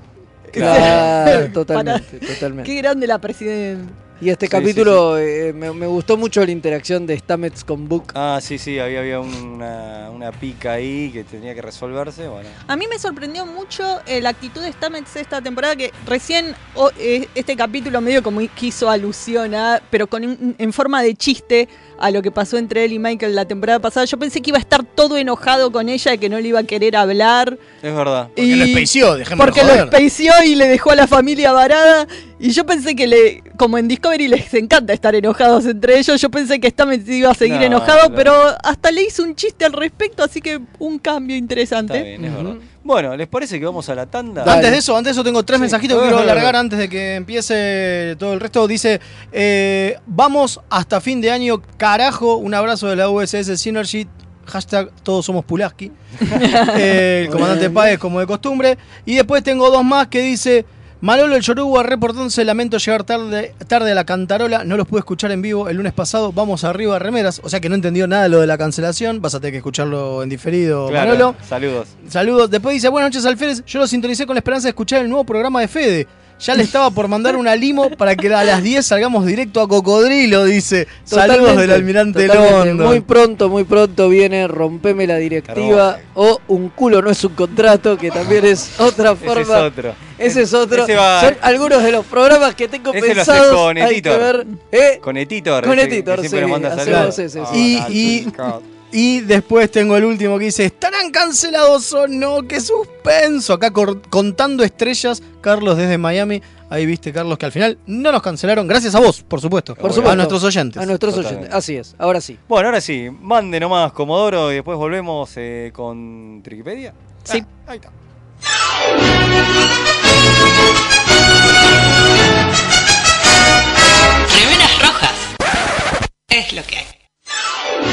E: Claro, totalmente, totalmente.
D: Qué grande la presidenta.
E: Y este
B: Sí,
E: capítulo eh, me, me gustó mucho la interacción de Stamets con Book.
B: Ah, sí, sí, había, había una, una pica ahí que tenía que resolverse. Bueno,
D: A mí me sorprendió mucho eh, la actitud de Stamets esta temporada que recién o- eh, este capítulo medio como quiso alusión a, pero con un- en forma de chiste a lo que pasó entre él y Michael la temporada pasada. Yo pensé que iba a estar todo enojado con ella, que no le iba a querer hablar.
B: es verdad.
C: Porque
D: y
C: lo especió, dejémoslo
D: porque lo
C: joder.
D: especió y le dejó a la familia varada
I: Y yo pensé que, le, como en Discovery les encanta estar enojados entre ellos, yo pensé que Stamets iba a seguir
J: No,
I: enojado,
J: claro.
I: pero hasta le hice un chiste al respecto, así que un cambio interesante.
J: Está bien, es verdad. Bueno, ¿les parece que vamos a la tanda?
K: Dale.
C: Antes de eso, antes de eso tengo tres
J: Sí.
C: mensajitos que
J: Ah,
C: quiero
J: dale.
C: largar antes de que empiece todo el resto. Dice, eh, vamos hasta fin de año, carajo, un abrazo de la USS Synergy. Hashtag todos somos Pulaski. Eh, el comandante Páez, como de costumbre. Y después tengo dos más que dice. Manolo el Yoruba reportándose, lamento llegar tarde, tarde a la cantarola, no los pude escuchar en vivo el lunes pasado, vamos arriba remeras, o sea que no entendió nada de lo de la cancelación, vas a tener que escucharlo en diferido,
J: Claro,
C: Manolo.
J: Saludos.
C: Saludos. Después dice, buenas noches, Alférez. Yo lo sintonicé con la esperanza de escuchar el nuevo programa de Fede. Ya le estaba por mandar una limo para que a las 10 salgamos directo a Cocodrilo, dice. Saludos
K: Totalmente,
C: del almirante
K: totalmente.
C: Londo.
K: Muy pronto, muy pronto viene Rompeme la directiva o Un culo no es un contrato, que también es otra
J: Ese es
K: forma.
J: otro.
K: Ese es otro.
J: Ese va-
K: Son algunos de los programas que tengo
J: Ese lo hace
K: pensados.
J: con
K: Hay
J: Editor.
K: que ver. ¿eh?
J: Con Etitor.
K: Con
J: ese que
K: Etitor,
J: Siempre
K: sí,
J: nos manda
K: hacemos
J: saludos. Ah,
K: ese, ese.
C: Y- y- Y después tengo el último que dice, ¿estarán cancelados o no? ¡Qué suspenso! Acá cor- contando estrellas, Carlos desde Miami. Ahí viste, Carlos, que al final no nos cancelaron. Gracias a vos, por supuesto.
J: Por
C: A
J: supuesto.
C: nuestros oyentes.
K: A nuestros
J: Totalmente.
K: oyentes. Así es, ahora sí.
J: Bueno, ahora sí, mande nomás Comodoro y después volvemos eh, con Triquipedia.
I: Sí.
J: Ah, ahí está.
E: Remeras rojas. Es lo que hay.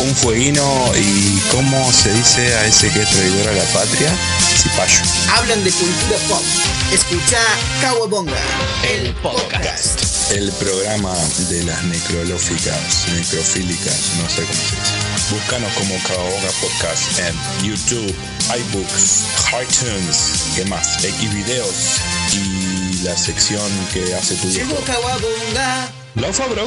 L: Un fueguino y cómo se dice a ese que es traidor a la patria, cipayo.
F: Hablan de cultura pop. Escucha Kawabonga, el podcast.
L: El programa de las necrolóficas, necrofílicas, no sé cómo se dice. Búscanos como Caboga Podcast en YouTube, iBooks, iTunes, ¿qué más? X videos y la sección que hace tu
F: Llegó
L: viejo.
F: Kawabonga.
L: Lo Fabro.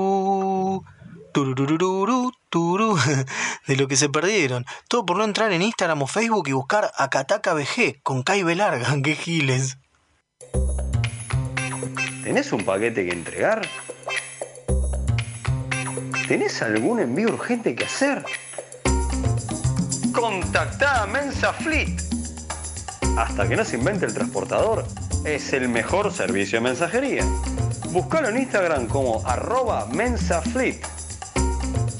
M: Tururururú, turú. De lo que se perdieron. Todo por no entrar en Instagram o Facebook y buscar a Kataka BG con Kai B larga. ¡Qué giles!
N: ¿Tenés un paquete que entregar? ¿Tenés algún envío urgente que hacer? Contactá a Mensa Fleet. Hasta que no se invente el transportador, es el mejor servicio de mensajería. Buscalo en Instagram como arroba Mensa Fleet.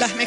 D: Las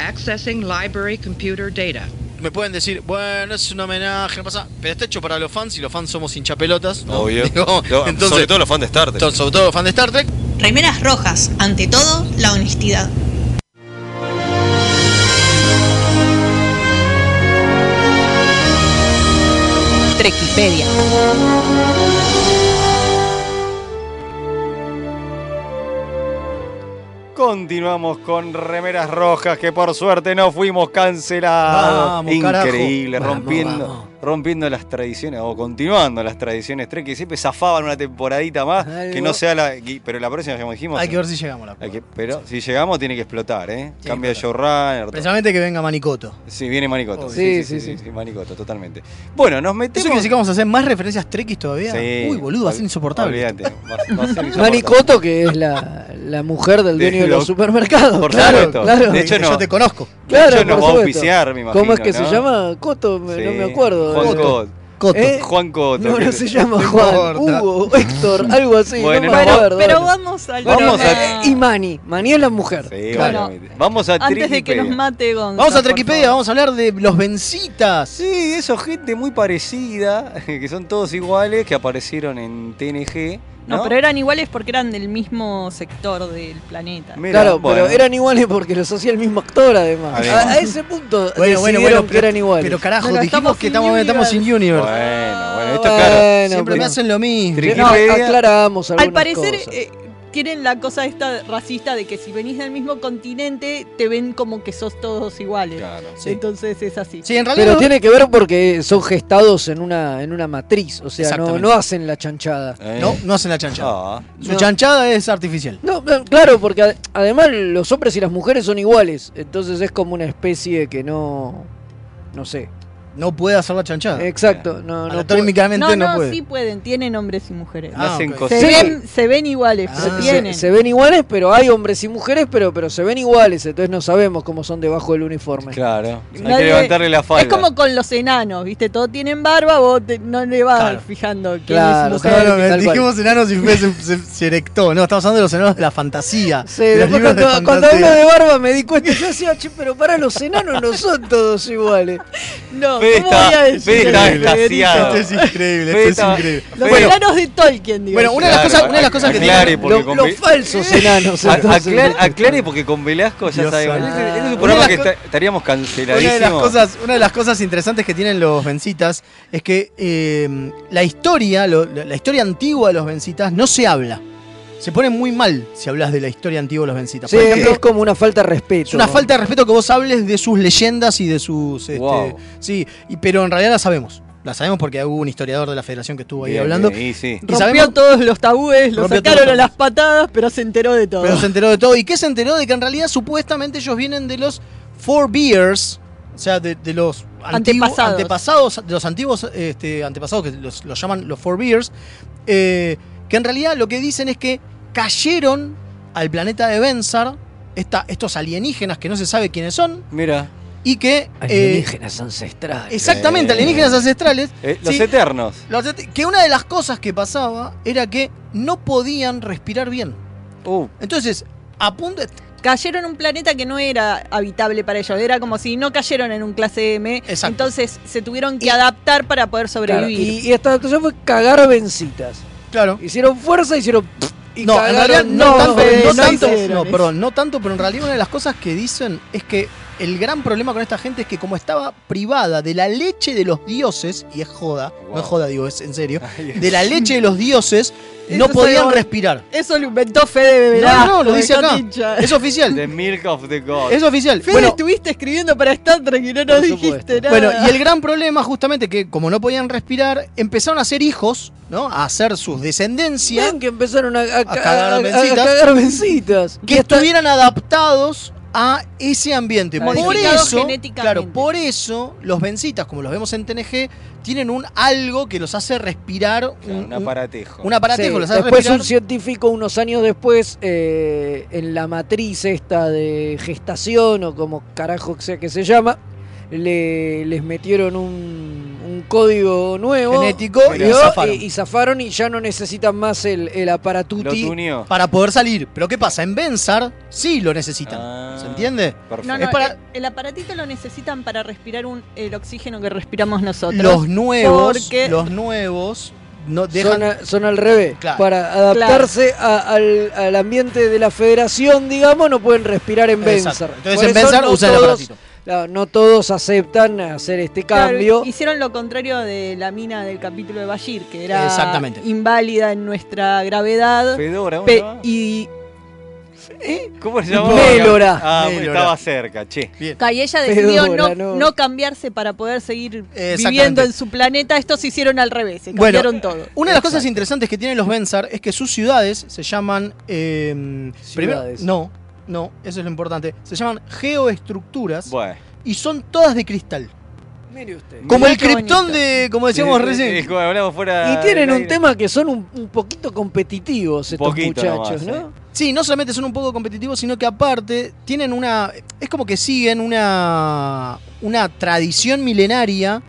O: Accessing library computer data.
C: Me pueden decir, bueno, es un homenaje, no pasa. Pero está hecho para los fans y los fans somos hinchapelotas. ¿no?
P: Obvio.
C: Digo,
P: Yo,
C: entonces-
P: sobre todo los fans de Star Trek.
C: to- sobre todo los fans de Star Trek.
Q: Remeras rojas, ante todo, la honestidad.
D: Trequipedia.
B: Continuamos con remeras rojas que por suerte no fuimos cancelados.
C: Vamos,
B: Increíble,
C: carajo.
B: rompiendo,
C: Vamos,
B: rompiendo las tradiciones o continuando las tradiciones Trek que siempre zafaban una temporadita más
C: Algo.
B: que no sea la, que- pero la próxima como dijimos.
C: Hay que ver si llegamos a la
B: hay que- pero si llegamos tiene que explotar, ¿eh?
C: Sí,
B: Cambia de showrunner. todo.
C: Precisamente que venga Manicoto.
B: Sí, viene Manicoto.
C: Obvio.
B: Sí sí
C: Sí,
B: sí,
C: sí,
B: sí, sí, Manicoto, totalmente. Bueno, nos metemos.
C: ¿Eso quiere decir que vamos a hacer más referencias trekkies todavía?
B: Sí,
C: Uy, boludo, va a ser
B: ol-
C: insoportable.
B: olvídate, va- va a ser
E: Mari
B: insoportable.
E: Cotto, que es la, la mujer del
B: De
E: dueño de
B: lo-
E: los supermercados.
B: por
E: claro,
B: supuesto.
E: claro.
B: De hecho, Que yo no. te
C: conozco.
B: De hecho, nos
E: por
B: va a
E: supuesto.
B: auspiciar, me imagino,
E: ¿Cómo es que
B: ¿no?
E: se llama? Cotto, me- no
B: Sí,
E: me acuerdo.
B: Juan
E: Cotto.
B: Cotto.
E: Cotto. ¿Eh?
B: Juan Cotto.
E: No, no
B: que-
E: se llama Juan. Hugo, Héctor, algo así.
B: Bueno,
E: no me
B: no,
E: acuerdo.
B: pero-
E: bueno.
D: Pero vamos al
E: Bueno,
B: Vamos
E: eh, Y Mani. Mani es la mujer.
B: Sí,
E: Claro.
B: obviamente. Vamos a
D: Antes de que
B: Triquipedia.
D: nos mate Gonzalo.
C: Vamos a Trekipedia, vamos a hablar de los vencitas.
B: Sí, eso, gente muy parecida, que son todos iguales, que aparecieron en TNG.
D: No,
B: No,
D: pero eran iguales porque eran del mismo sector del planeta.
B: Mira,
E: claro,
B: bueno.
E: pero eran iguales porque los hacía el mismo actor, además.
B: Además.
E: A, a ese punto
C: Bueno, bueno,
E: decidieron
C: bueno,
E: que eran iguales.
C: Pero carajo,
E: Bueno,
C: dijimos que estamos, estamos en Universe.
B: Bueno, bueno, esto
C: Eh,
B: claro.
E: Bueno,
C: Siempre me
E: pero-
C: hacen lo mismo.
E: No, aclaramos algunas
D: Al parecer
E: cosas.
D: eh, tienen la cosa esta racista de que si venís del mismo continente te ven como que sos todos iguales.
C: Sí.
D: Entonces es así.
C: Sí, en realidad
E: Pero
C: no-
E: tiene que ver porque son gestados en una, en una matriz, o sea, no,
C: Exactamente.
E: no hacen la chanchada.
C: No, no hacen la chanchada. Su
B: Ah,
E: No.
C: chanchada es artificial.
E: No, no, claro, porque ad- además los hombres y las mujeres son iguales, entonces es como una especie que no... No sé.
C: No puede hacer la chanchada.
E: Exacto, Eh, no, no
C: Anatómicamente
D: No,
C: no,
D: no,
C: puede.
D: sí pueden, tienen hombres y mujeres.
C: Ah, Hacen
E: ok.
D: se,
E: cosas. Ah,
D: ven, se ven iguales, pero
E: Se-
D: tienen.
E: Se, ven iguales, pero hay hombres y mujeres, pero, pero se ven iguales, entonces no sabemos cómo son debajo del uniforme.
B: Claro, hay que
D: Nadie-
B: levantarle la falda.
D: Es como con los enanos, ¿viste? Todos tienen barba, vos te- no le vas
C: Claro.
D: fijando quién
E: Claro,
D: es
C: No,
D: mujer.
C: no, me-
E: tal cual.
C: dijimos enanos y me- se, se- se erectó. No, estamos hablando de los enanos de la fantasía.
E: Sí,
C: de los
E: después
C: libros de
E: cuando, cuando
C: fantasía.
E: hablo de barba me di cuenta, yo decía, che, pero para los enanos no son todos iguales.
D: No,
B: Fede
D: ¿cómo voy a
B: está-
D: decir
B: Fede está
D: eso,
B: extasiado.
C: Esto
D: Federico?
C: es increíble, esto es
B: Feta-
C: increíble.
D: Los
B: Bueno.
D: enanos de Tolkien, digo.
C: Bueno,
D: yo.
C: una de las
B: Claro,
C: cosas, una de las cosas que
B: aclare,
C: tiene-
B: porque
E: Los-
B: con
E: los
B: vi-
E: falsos enanos.
B: A-
E: entonces.
B: aclare, aclare porque con Velasco ya
C: Dios
B: sabemos.
C: santo.
B: Este- este es un
C: Una de
B: programa
C: las
B: que
C: co-
B: está- estaríamos
C: Una de, las
B: canceladísimos.
C: cosas, una de las cosas interesantes que tienen los vencitas es que eh, la historia, lo- la la historia antigua de los vencitas no se habla. Se pone muy mal si hablas de la historia antigua de los vencitas.
E: Sí,
C: Por ejemplo,
E: es como una falta de respeto.
C: es una falta de respeto que vos hables de sus leyendas y de sus. este,
B: Wow.
C: Sí, y- pero en realidad la sabemos. La sabemos porque hubo un historiador de la federación que estuvo ahí
B: Bien,
C: hablando.
B: bien, y sí.
C: Y
D: Rompió
C: sabemos,
D: todos los tabúes, lo
C: Rompió
D: sacaron
C: todos.
D: a las patadas, pero se enteró de todo.
C: pero se enteró de todo. ¿Y qué se enteró? De que en realidad supuestamente ellos vienen de los Four Beers, o sea, de, de los antiguos-
D: Antepasados.
C: antepasados, de los antiguos este, antepasados que los, los llaman los Four Beers, eh, que en realidad lo que dicen es que cayeron al planeta de Bensar esta, estos alienígenas que no se sabe quiénes son
B: Mira,
C: y que... eh,
E: Alienígenas ancestrales.
C: exactamente,
B: Sí.
C: alienígenas ancestrales.
B: eh, los
C: sí,
B: eternos.
C: los et- que una de las cosas que pasaba era que no podían respirar bien.
B: Uh,
C: Entonces, a punto.
D: Cayeron en un planeta que no era habitable para ellos. Era como si no cayeron en un clase M.
C: Exacto.
D: Entonces se tuvieron que adaptar para poder
E: Claro,
D: sobrevivir.
E: y, y esta adaptación fue cagar vencitas.
C: Claro.
E: Hicieron fuerza, hicieron... pff, Y
C: No, en
E: cagaron.
C: realidad no,
E: No,
C: tanto,
E: eh,
C: no
E: no
C: tanto-
E: hicieron
C: no,
E: eso.
C: perdón, no tanto, pero en realidad una de las cosas que dicen es que el gran problema con esta gente es que como estaba privada de la leche de los dioses, y es joda, no
B: Wow.
C: es joda, digo, es en serio,
B: Ay,
C: de la leche de los dioses,
D: Eso
C: no podían
D: se-
C: respirar.
D: Eso lo inventó Fede Beberá.
C: No, no, lo dice acá. Es oficial,
B: The Milk of the God.
C: es oficial.
D: Fede,
C: Bueno,
D: estuviste escribiendo para Star Trek y no nos
E: Por
D: dijiste
E: supuesto.
D: nada.
C: Bueno, y el gran problema justamente que como no podían respirar, empezaron a hacer hijos, ¿no? A hacer sus descendencias
E: Vean que empezaron a, a-
C: A cagar
E: a- a- a
C: vencitas.
E: cagar vencitas.
C: que
E: Y esta-
C: estuvieran adaptados a ese ambiente. Por
D: Modificados
C: eso,
D: genéticamente.
C: claro, por eso los vencitas, como los vemos en TNG, tienen un algo que los hace respirar, un,
B: Claro, un
C: un-
B: aparatejo.
C: un aparatejo que los
E: Sí,
C: hace
E: después
C: respirar.
E: un científico unos años después eh, en la matriz esta de gestación o como carajo que sea que se llama le, les metieron un, un un código nuevo.
C: Genético,
E: y,
C: y zafaron.
E: y- y zafaron y ya no necesitan más el, el aparatuti.
C: Para poder salir. Pero ¿qué pasa? En Bensar sí lo necesitan.
B: Ah.
C: ¿Se entiende?
D: No, no,
C: Es para
D: el, el aparatito lo necesitan para respirar un, el oxígeno que respiramos nosotros.
C: los nuevos.
D: Porque
C: Los nuevos. No
E: Son,
C: dejan.
E: a- son al revés. Para adaptarse a- al, al ambiente de la federación, digamos, no pueden respirar en
C: Exacto.
E: Benzar.
C: Entonces,
E: Por
C: en
E: eso
C: Benzar usan el
E: todos-
C: aparatito.
E: claro, no todos aceptan hacer este
D: claro,
E: cambio.
D: hicieron lo contrario de la mina del capítulo de Bashir, que era
E: Exactamente.
D: inválida en nuestra gravedad.
B: Fedora, ¿cómo
D: Pe-
B: se llama?
D: y
B: ¿Cómo se llamaba?
E: Mélora.
B: Ah, bueno,
E: Mélora.
B: estaba cerca, che.
D: ca- y ella decidió no,
E: Fedora, no.
D: no cambiarse para poder seguir
C: Exactamente.
D: viviendo en su planeta. Estos se hicieron al revés, se
C: Bueno,
D: cambiaron todo.
C: Una de las cosas interesantes que tienen los Bensar es que sus ciudades se llaman. eh, primero-
E: Ciudades.
C: no, no, eso es lo importante. Se llaman geoestructuras
B: Bueno.
C: y son todas de cristal.
E: Mire usted.
C: Como
E: Mirá
C: el
E: qué
C: criptón
E: bonito.
C: de. Como decíamos
B: Eh,
C: recién.
B: eh, como hablamos fuera
E: Y tienen
B: del
E: un
B: aire.
E: tema que son un, un poquito competitivos estos
B: Poquito
E: muchachos,
B: nomás, eh.
E: ¿no?
C: Sí, no solamente son un poco competitivos, sino que aparte tienen una. Es como que siguen una. una tradición milenaria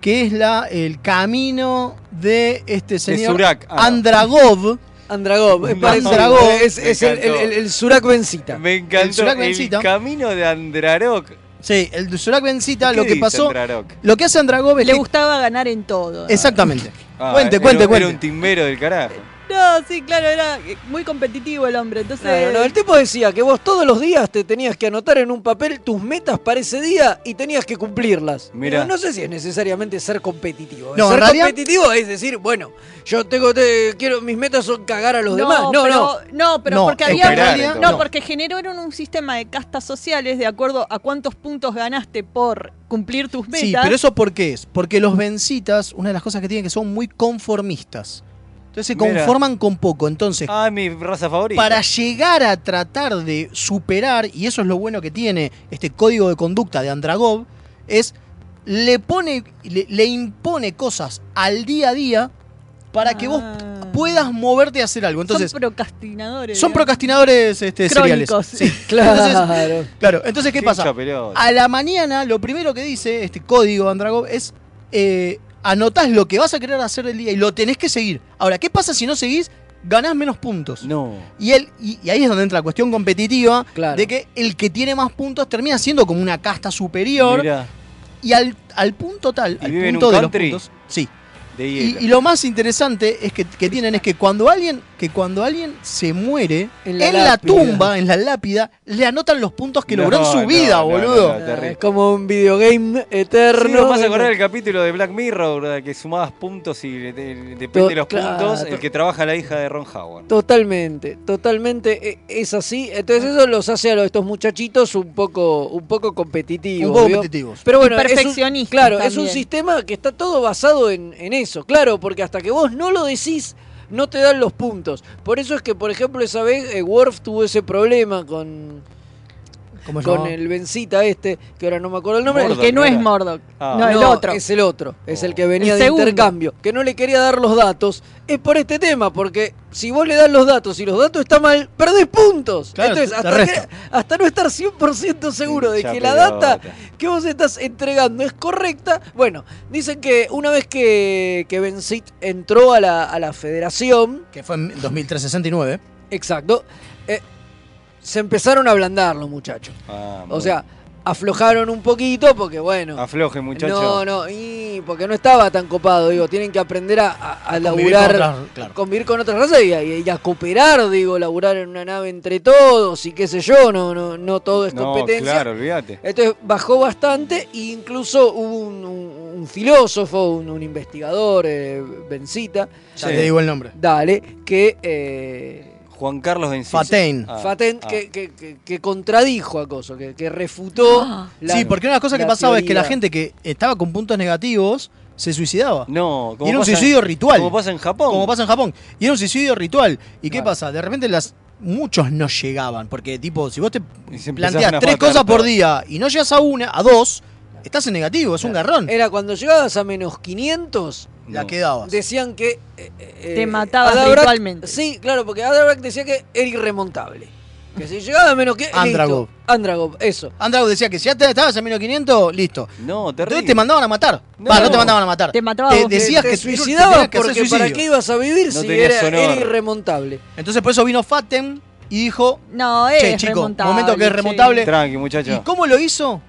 C: que es la el camino de este señor
B: Surak, ah, no.
C: Andragov.
E: Andragov, es
C: No.
E: parecido.
C: Andragov.
E: eh, Es,
B: Me
E: es el, el,
B: encantó.
E: el- el Surak Benzita.
B: Me encantó
C: Surak
B: el,
C: Benzita.
B: camino de Andrarok.
C: Sí, el de Surak Benzita,
B: ¿Qué
C: lo que
B: dice
C: pasó.
B: Andrarok?
C: Lo que hace Andragov es
D: Le
C: que-
D: gustaba ganar en todo.
C: Exactamente.
B: Ah,
C: cuente,
B: era-
C: cuente,
B: Era
C: cuente.
B: un timbero del carajo.
D: No, sí, claro, era eh, muy competitivo el hombre. Entonces,
E: Claro, no, el tipo decía que vos todos los días te tenías que anotar en un papel tus metas para ese día y tenías que cumplirlas.
B: Mirá.
E: Pero no sé si es necesariamente ser competitivo.
C: No, en
E: ser
C: realidad-
E: competitivo es decir, bueno, yo tengo te- quiero mis metas son cagar a los demás. No, no.
D: pero- no, pero
E: No,
D: porque había
E: esperar,
D: un-
E: entonces.
D: no,
E: No.
D: porque generaron un sistema de castas sociales de acuerdo a cuántos puntos ganaste por cumplir tus metas.
C: Sí, pero eso ¿por qué es? Porque los Bencitas, una de las cosas que tienen que son muy conformistas. Entonces se
B: Mira.
C: conforman con poco. Entonces,
B: Ah, mi raza favorita.
C: Eh, para llegar a tratar de superar, y eso es lo bueno que tiene este código de conducta de Andragov, es le pone, le, le impone cosas al día a día para que vos puedas moverte a hacer algo. Entonces,
D: Ah. son procrastinadores.
C: son
D: digamos.
C: procrastinadores este, seriales.
D: Crónicos.
C: Sí.
E: Claro.
C: Claro, entonces, ¿qué
B: Qué
C: pasa? Ah,
B: chapelota.
C: A la mañana, lo primero que dice este código Andragov es: eh, anotás lo que vas a querer hacer el día y lo tenés que seguir. Ahora, ¿qué pasa si no seguís? Ganás menos puntos.
B: No.
C: Y, él, y, y ahí es donde entra la cuestión competitiva
E: Claro.
C: de que el que tiene más puntos termina siendo como una casta superior.
B: Mirá,
C: Y al, al punto tal,
B: ¿Y
C: al
B: vive en
C: punto
B: un
C: de los
B: country?
C: puntos. Sí.
B: de
C: Y,
B: hielo.
C: y lo más interesante es que, que tienen es que cuando alguien, que cuando alguien se muere,
E: En
C: en
E: la
C: la,
E: lápida.
C: tumba, en la lápida, le anotan los puntos que
B: No,
C: logró en su
B: no,
C: vida,
B: no, no,
C: boludo.
B: no, terrible.
E: Es como un videogame eterno.
B: Ah, Sí, nos vas a acordar el capítulo de Black Mirror, ¿verdad? que sumabas puntos y de- de- depende
E: To-
B: de los
E: claro,
B: puntos,
E: to-
B: el que trabaja la hija de Ron Howard.
E: Totalmente, totalmente eh, es así. Entonces eso los hace a los- estos muchachitos un poco, un poco competitivos.
C: Un poco
E: ¿vio?
C: competitivos.
E: Pero bueno,
D: Y
E: es un-
D: perfeccionistas
E: claro, es un
D: también.
E: sistema que está todo basado en, en eso. Claro, porque hasta que vos no lo decís, no te dan los puntos. Por eso es que, por ejemplo, esa vez eh, Worf tuvo ese problema con,
C: ¿Cómo se
E: con
C: llamaba?
E: el Bencita este, que ahora no me acuerdo el nombre.
D: el que no es Mordok.
C: ah,
D: No, el otro. Oh.
E: Es el otro. Es el que
D: El
E: venía de
D: segundo.
E: intercambio. Que no le quería dar los datos. Es por este tema, porque si vos le das los datos y los datos están mal, perdés puntos.
C: Claro,
E: Entonces,
C: te
E: hasta,
C: resta.
E: que- hasta no estar 100% seguro de
B: Hincha
E: que la
B: pelota.
E: data que vos estás entregando es correcta. Bueno, dicen que una vez que, que Benzit entró a la, a la federación,
C: Que fue en 2369.
E: exacto, eh, se empezaron a ablandar los muchachos.
B: Ah,
E: O
B: muy-
E: sea, aflojaron un poquito porque, bueno.
B: afloje, muchacho.
E: No, no, y porque no estaba tan copado, digo, tienen que aprender a, a- a
C: Convivir
E: laburar,
C: con otras- claro.
E: convivir con otras razas y a, y a cooperar, digo, laburar en una nave entre todos y qué sé yo, no, no, no todo es
B: No,
E: competencia.
B: claro, olvídate.
E: Entonces bajó bastante e incluso hubo un, un- un filósofo, un, un investigador, eh, Bencita,
C: Ya te digo el nombre.
E: dale, que... eh,
B: Juan Carlos Bencisa.
C: Fatén.
B: Ah,
E: Fatén,
B: ah.
E: que, que- que- que contradijo a Coso, que, que refutó. la-
C: sí, porque una cosa que
E: la
C: pasaba es que la
E: teoría.
C: gente que estaba con puntos negativos se suicidaba.
B: No, como
C: Y era un
B: pasa-
C: suicidio ritual.
B: Como pasa en Japón.
C: Como pasa en Japón. Y era un suicidio ritual. ¿Y qué pasa? De repente las muchos no llegaban. Porque, tipo, si vos te
B: Y se empezaban
C: planteas
B: a
C: tres
B: patear
C: cosas por
B: todo.
C: día y no llegas a una, a dos, estás en negativo, es un garrón.
E: Era cuando llegabas a menos 500,
C: La quedabas.
E: decían que. eh, eh,
D: Te matabas
E: Adabrak-
D: ritualmente.
E: Sí, claro, porque Adabrak decía que era irremontable. Que si llegaba a menos que.
C: Andragov.
E: Andragov, eso.
C: Andragov decía que si ya te estabas en 1500, listo.
B: No,
C: Entonces te mandaban a matar. No, no te mandaban a matar.
D: Te mataba
C: Te
D: vos.
C: decías
E: Te- te
C: que
E: suicidabas
C: tenías que hacer
E: porque para
C: suicidio.
E: qué ibas a vivir
C: No
E: si
C: tenías
E: era,
C: honor.
E: era irremontable.
C: Entonces por eso vino Fatem y dijo,
D: No, es
C: che, chico,
D: remontable,
C: momento que es
D: che.
C: remontable.
B: Tranqui, muchacho.
C: ¿Y cómo lo hizo?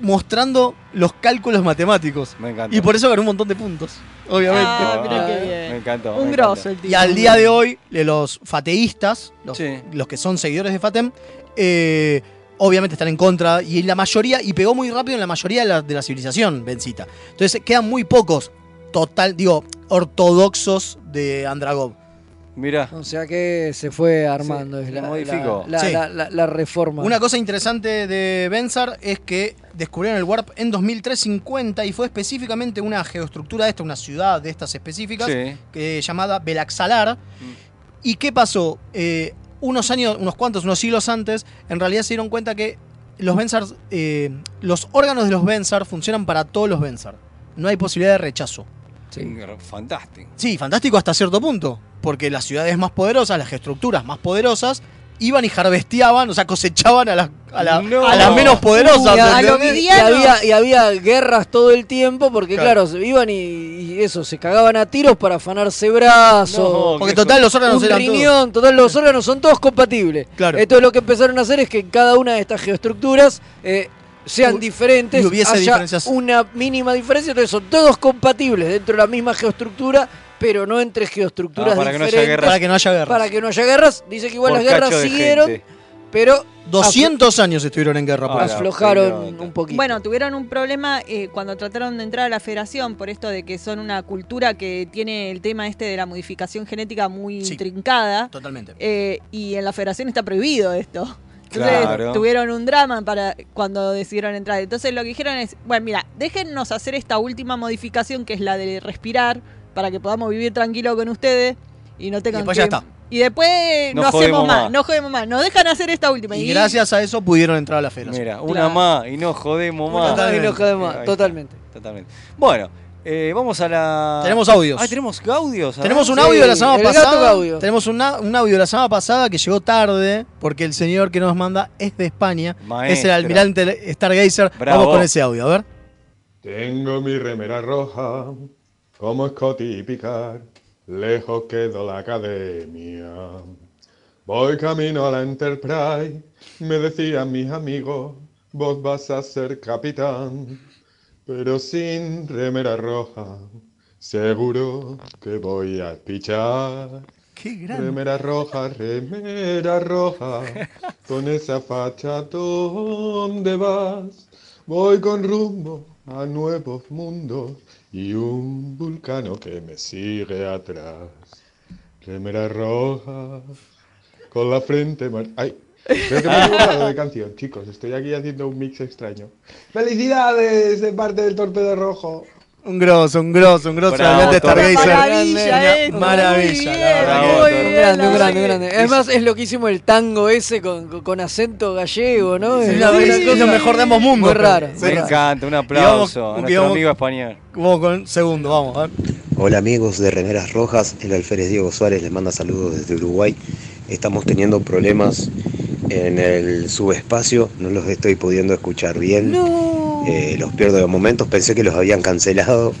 C: Mostrando los cálculos matemáticos.
B: Me encanta.
C: Y por eso ganó un montón de puntos, obviamente.
D: Ah, mirá qué bien.
B: Me encantó.
D: Un
B: me
D: grosso
B: encantó.
D: el tío.
C: Y al día de hoy, de los fateístas, los,
B: Sí.
C: los que son seguidores de Fatem, eh, obviamente están en contra. Y la mayoría, y pegó muy rápido en la mayoría de la, de la civilización, Bencita. Entonces quedan muy pocos, total, digo, ortodoxos de Andragov.
B: Mirá.
E: O sea que se fue armando. es la,
C: modificó.
E: la- la-
C: Sí.
E: la- la- la reforma.
C: Una cosa interesante de Benzar es que descubrieron el Warp en 2350 y fue específicamente una geoestructura de esta, una ciudad de estas específicas,
B: Sí.
C: que, llamada Belaxalar. ¿Y qué pasó? Eh, unos años, unos cuantos, unos siglos antes, en realidad se dieron cuenta que los Benzar, eh, los órganos de los Benzar funcionan para todos los Benzar. No hay posibilidad de rechazo.
B: Fantástico.
C: Sí, fantástico hasta cierto punto. Porque las ciudades más poderosas, las estructuras más poderosas, iban y harvesteaban, o sea, cosechaban a las, a la-
E: No.
C: a las menos poderosas.
E: Y, a-
C: ¿entendés?
E: y había, y había guerras todo el tiempo porque,
C: Claro.
E: claro, se- iban y, y eso, se cagaban a tiros para afanarse brazos.
C: No, Porque qué total, cosa. los órganos
E: un
C: eran
E: riñón, total, los órganos son todos compatibles.
C: Claro.
E: Entonces lo que empezaron a hacer es que en cada una de estas geoestructuras eh, sean
C: Hu-
E: diferentes,
C: y hubiese
E: haya
C: diferencias.
E: una mínima diferencia, entonces son todos compatibles dentro de la misma geoestructura, pero no entre geoestructuras
B: Ah, para que no haya
E: diferentes.
B: guerras. Para que
C: no haya guerras.
E: Para que no haya guerras. Dice que igual
B: Por
E: las guerras
B: cacho de
E: siguieron,
B: gente.
E: pero
C: 200 años estuvieron en
E: Ah,
C: guerra. pues. por eso.
E: aflojaron un poquito.
D: Bueno, tuvieron un problema eh, cuando trataron de entrar a la federación por esto de que son una cultura que tiene el tema este de la modificación genética muy intrincada.
C: Totalmente.
D: Eh, y en la federación está prohibido esto. Entonces
B: Claro.
D: tuvieron un drama para cuando decidieron entrar. Entonces lo que dijeron es, bueno, mira, déjennos hacer esta última modificación que es la de respirar para que podamos vivir tranquilo con ustedes y no tengan
C: después
D: que-
C: ya está.
D: Y después
B: No
D: no, hacemos
B: jodemos
D: más,
B: más.
D: no jodemos más, nos dejan hacer esta última.
C: Y gracias a eso pudieron entrar a la federación.
B: Mira, una más y no jodemos más.
E: Totalmente. Y no jodemos,
B: Ahí está,
E: totalmente.
B: Totalmente. Bueno, eh, vamos a la.
C: Tenemos audios.
B: Ah, tenemos audios. A
C: Tenemos
B: ver.
C: un audio de la semana
E: el gato
C: pasada.
E: Gaudio.
C: Tenemos una- un audio de la semana pasada que llegó tarde porque el señor que nos manda es de España. Es el
R: Maestro.
C: almirante Stargazer.
R: Bravo.
C: Vamos con ese audio, a ver.
R: Tengo mi remera roja, como Scotty y Picard, lejos quedó la academia. Voy camino a la Enterprise, me decían mis amigos, vos vas a ser capitán, pero sin remera roja, seguro que voy a pichar.
C: Qué
R: Remera roja, remera roja, con esa facha ¿dónde vas? Voy con rumbo a nuevos mundos y un vulcano que me sigue atrás. Remera roja, con la frente mar... ¡Ay! Creo que me he equivocado de canción, chicos. Estoy aquí haciendo un mix extraño. ¡Felicidades de parte del Torpedo Rojo!
C: Un grosso, un grosso, un grosso.
R: Bravo,
C: almirante
R: Torre.
C: Stargazer.
R: Maravilla
C: Una
E: esto,
C: maravilla, la verdad.
E: Un grande, un grande, un grande. Es más, es lo que hicimos el tango ese con, con- con acento gallego, ¿no?
C: Es la- es lo mejor de ambos mundos,
E: Muy raro.
C: pero-
E: muy
B: Me
E: raro.
B: encanta, un
C: Digamos,
B: aplauso a nuestro
C: digamos-
B: amigo español.
C: Vamos con segundo, vamos, a ver.
S: Hola amigos de Remeras Rojas, el alférez Diego Suárez les manda saludos desde Uruguay. Estamos teniendo problemas en el subespacio, no los estoy pudiendo escuchar bien. Eh, los pierdo de momentos, pensé que los habían cancelado.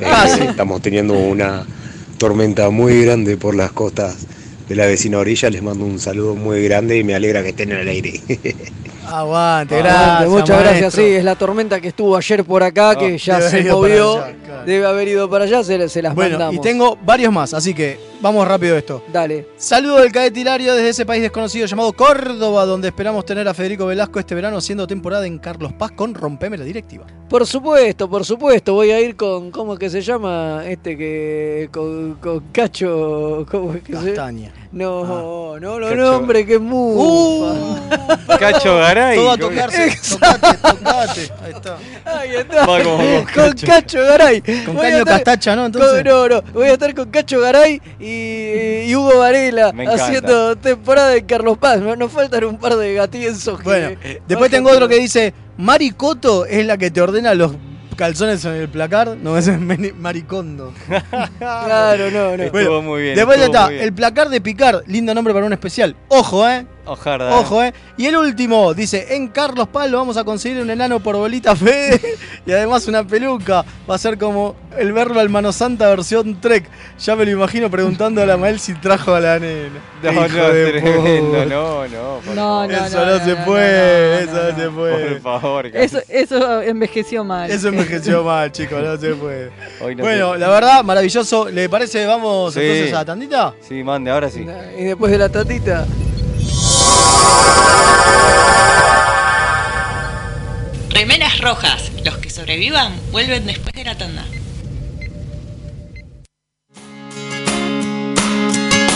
S: Eh, Estamos teniendo una tormenta muy grande por las costas de la vecina orilla. Les mando un saludo muy grande y me alegra que estén en el aire.
C: Aguante,
E: Adelante,
C: gracias.
E: Muchas gracias,
C: maestro.
E: sí, es la tormenta que estuvo ayer por acá, que
C: Ah,
E: ya
C: debe
E: se
C: haber ido para
E: movió,
C: allá,
E: debe haber ido para allá, se, se las
C: Bueno,
E: mandamos.
C: y tengo varios más, así que vamos rápido a esto.
E: Dale.
C: Saludo del cadete Hilario desde ese país desconocido llamado Córdoba, donde esperamos tener a Federico Velasco este verano haciendo temporada en Carlos Paz con Rompeme la Directiva.
E: Por supuesto, por supuesto, voy a ir con, ¿cómo es que se llama? Este que, con, con Cacho, ¿cómo es que se-
C: Castaña.
E: No, no lo
C: Ah. Cacho- Uh.
E: nombre, que es muy...
B: Cacho Garay.
E: Todo a
B: con-
E: tocarse.
C: Tocate, tocate. Ahí está.
E: Ahí está.
B: Va como vos,
E: con
B: Cacho.
E: Cacho Garay.
C: Con
E: Voy a
C: Caño
E: estar-
C: Castacha, ¿no? Entonces.
E: con- no, no. Voy a estar con Cacho Garay y, y Hugo Varela
C: Me encanta.
E: haciendo temporada en Carlos Paz. No- Nos faltan un par de gatienzos. que-
C: Bueno,
B: eh,
C: después tengo otro que dice, Maricoto es la que te ordena los calzones en el placar. No, ese es Meni- Maricondo.
E: Claro, no, no.
B: Estuvo muy bien.
C: después
B: estuvo
C: está,
B: muy bien.
C: el placar de Picar, lindo nombre para un especial. Ojo, ¿eh?
B: Ojarda.
C: Ojo, ¿eh? Y el último, dice, en Carlos Palo vamos a conseguir un enano por bolita Fede y además una peluca. Va a ser como el verlo al Mano Santa versión Trek. Ya me lo imagino preguntando a la Mael si trajo a la nena.
B: No,
C: Hijo
B: no,
C: de
B: tremendo,
C: puta.
B: no, no. por
D: No,
B: favor.
D: no,
C: Eso no, se puede, eso no, se puede.
B: Por favor,
D: Eso, eso envejeció mal.
C: Eso envejeció mal, chicos, no se puede.
B: Hoy no
C: Bueno,
B: se-
C: la verdad, maravilloso. ¿Le parece? Vamos
B: Sí.
C: entonces a la tandita.
B: Sí, mande, ahora sí.
E: Y después de la tatita.
Q: Remeras rojas. Los que sobrevivan vuelven después de la tanda.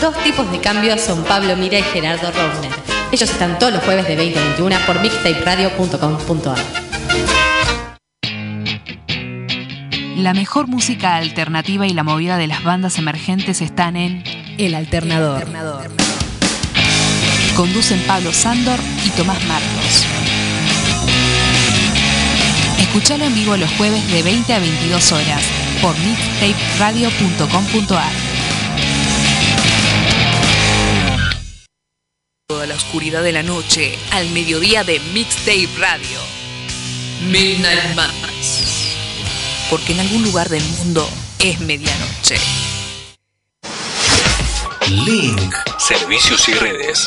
T: Dos tipos de cambios son Pablo Mira y Gerardo Rosner. Ellos están todos los jueves de 20 a 21 por mixtaperadio.com.ar.
U: La mejor música alternativa y la movida de las bandas emergentes están en El Alternador. Conducen Pablo Sándor y Tomás Marcos. Escuchalo en vivo los jueves de 20 a 22 horas por mixtaperadio.com.ar.
V: Toda la oscuridad de la noche al mediodía de Mixtape Radio. Midnight Madness. Porque en algún lugar del mundo es medianoche.
L: Link. Servicios y redes.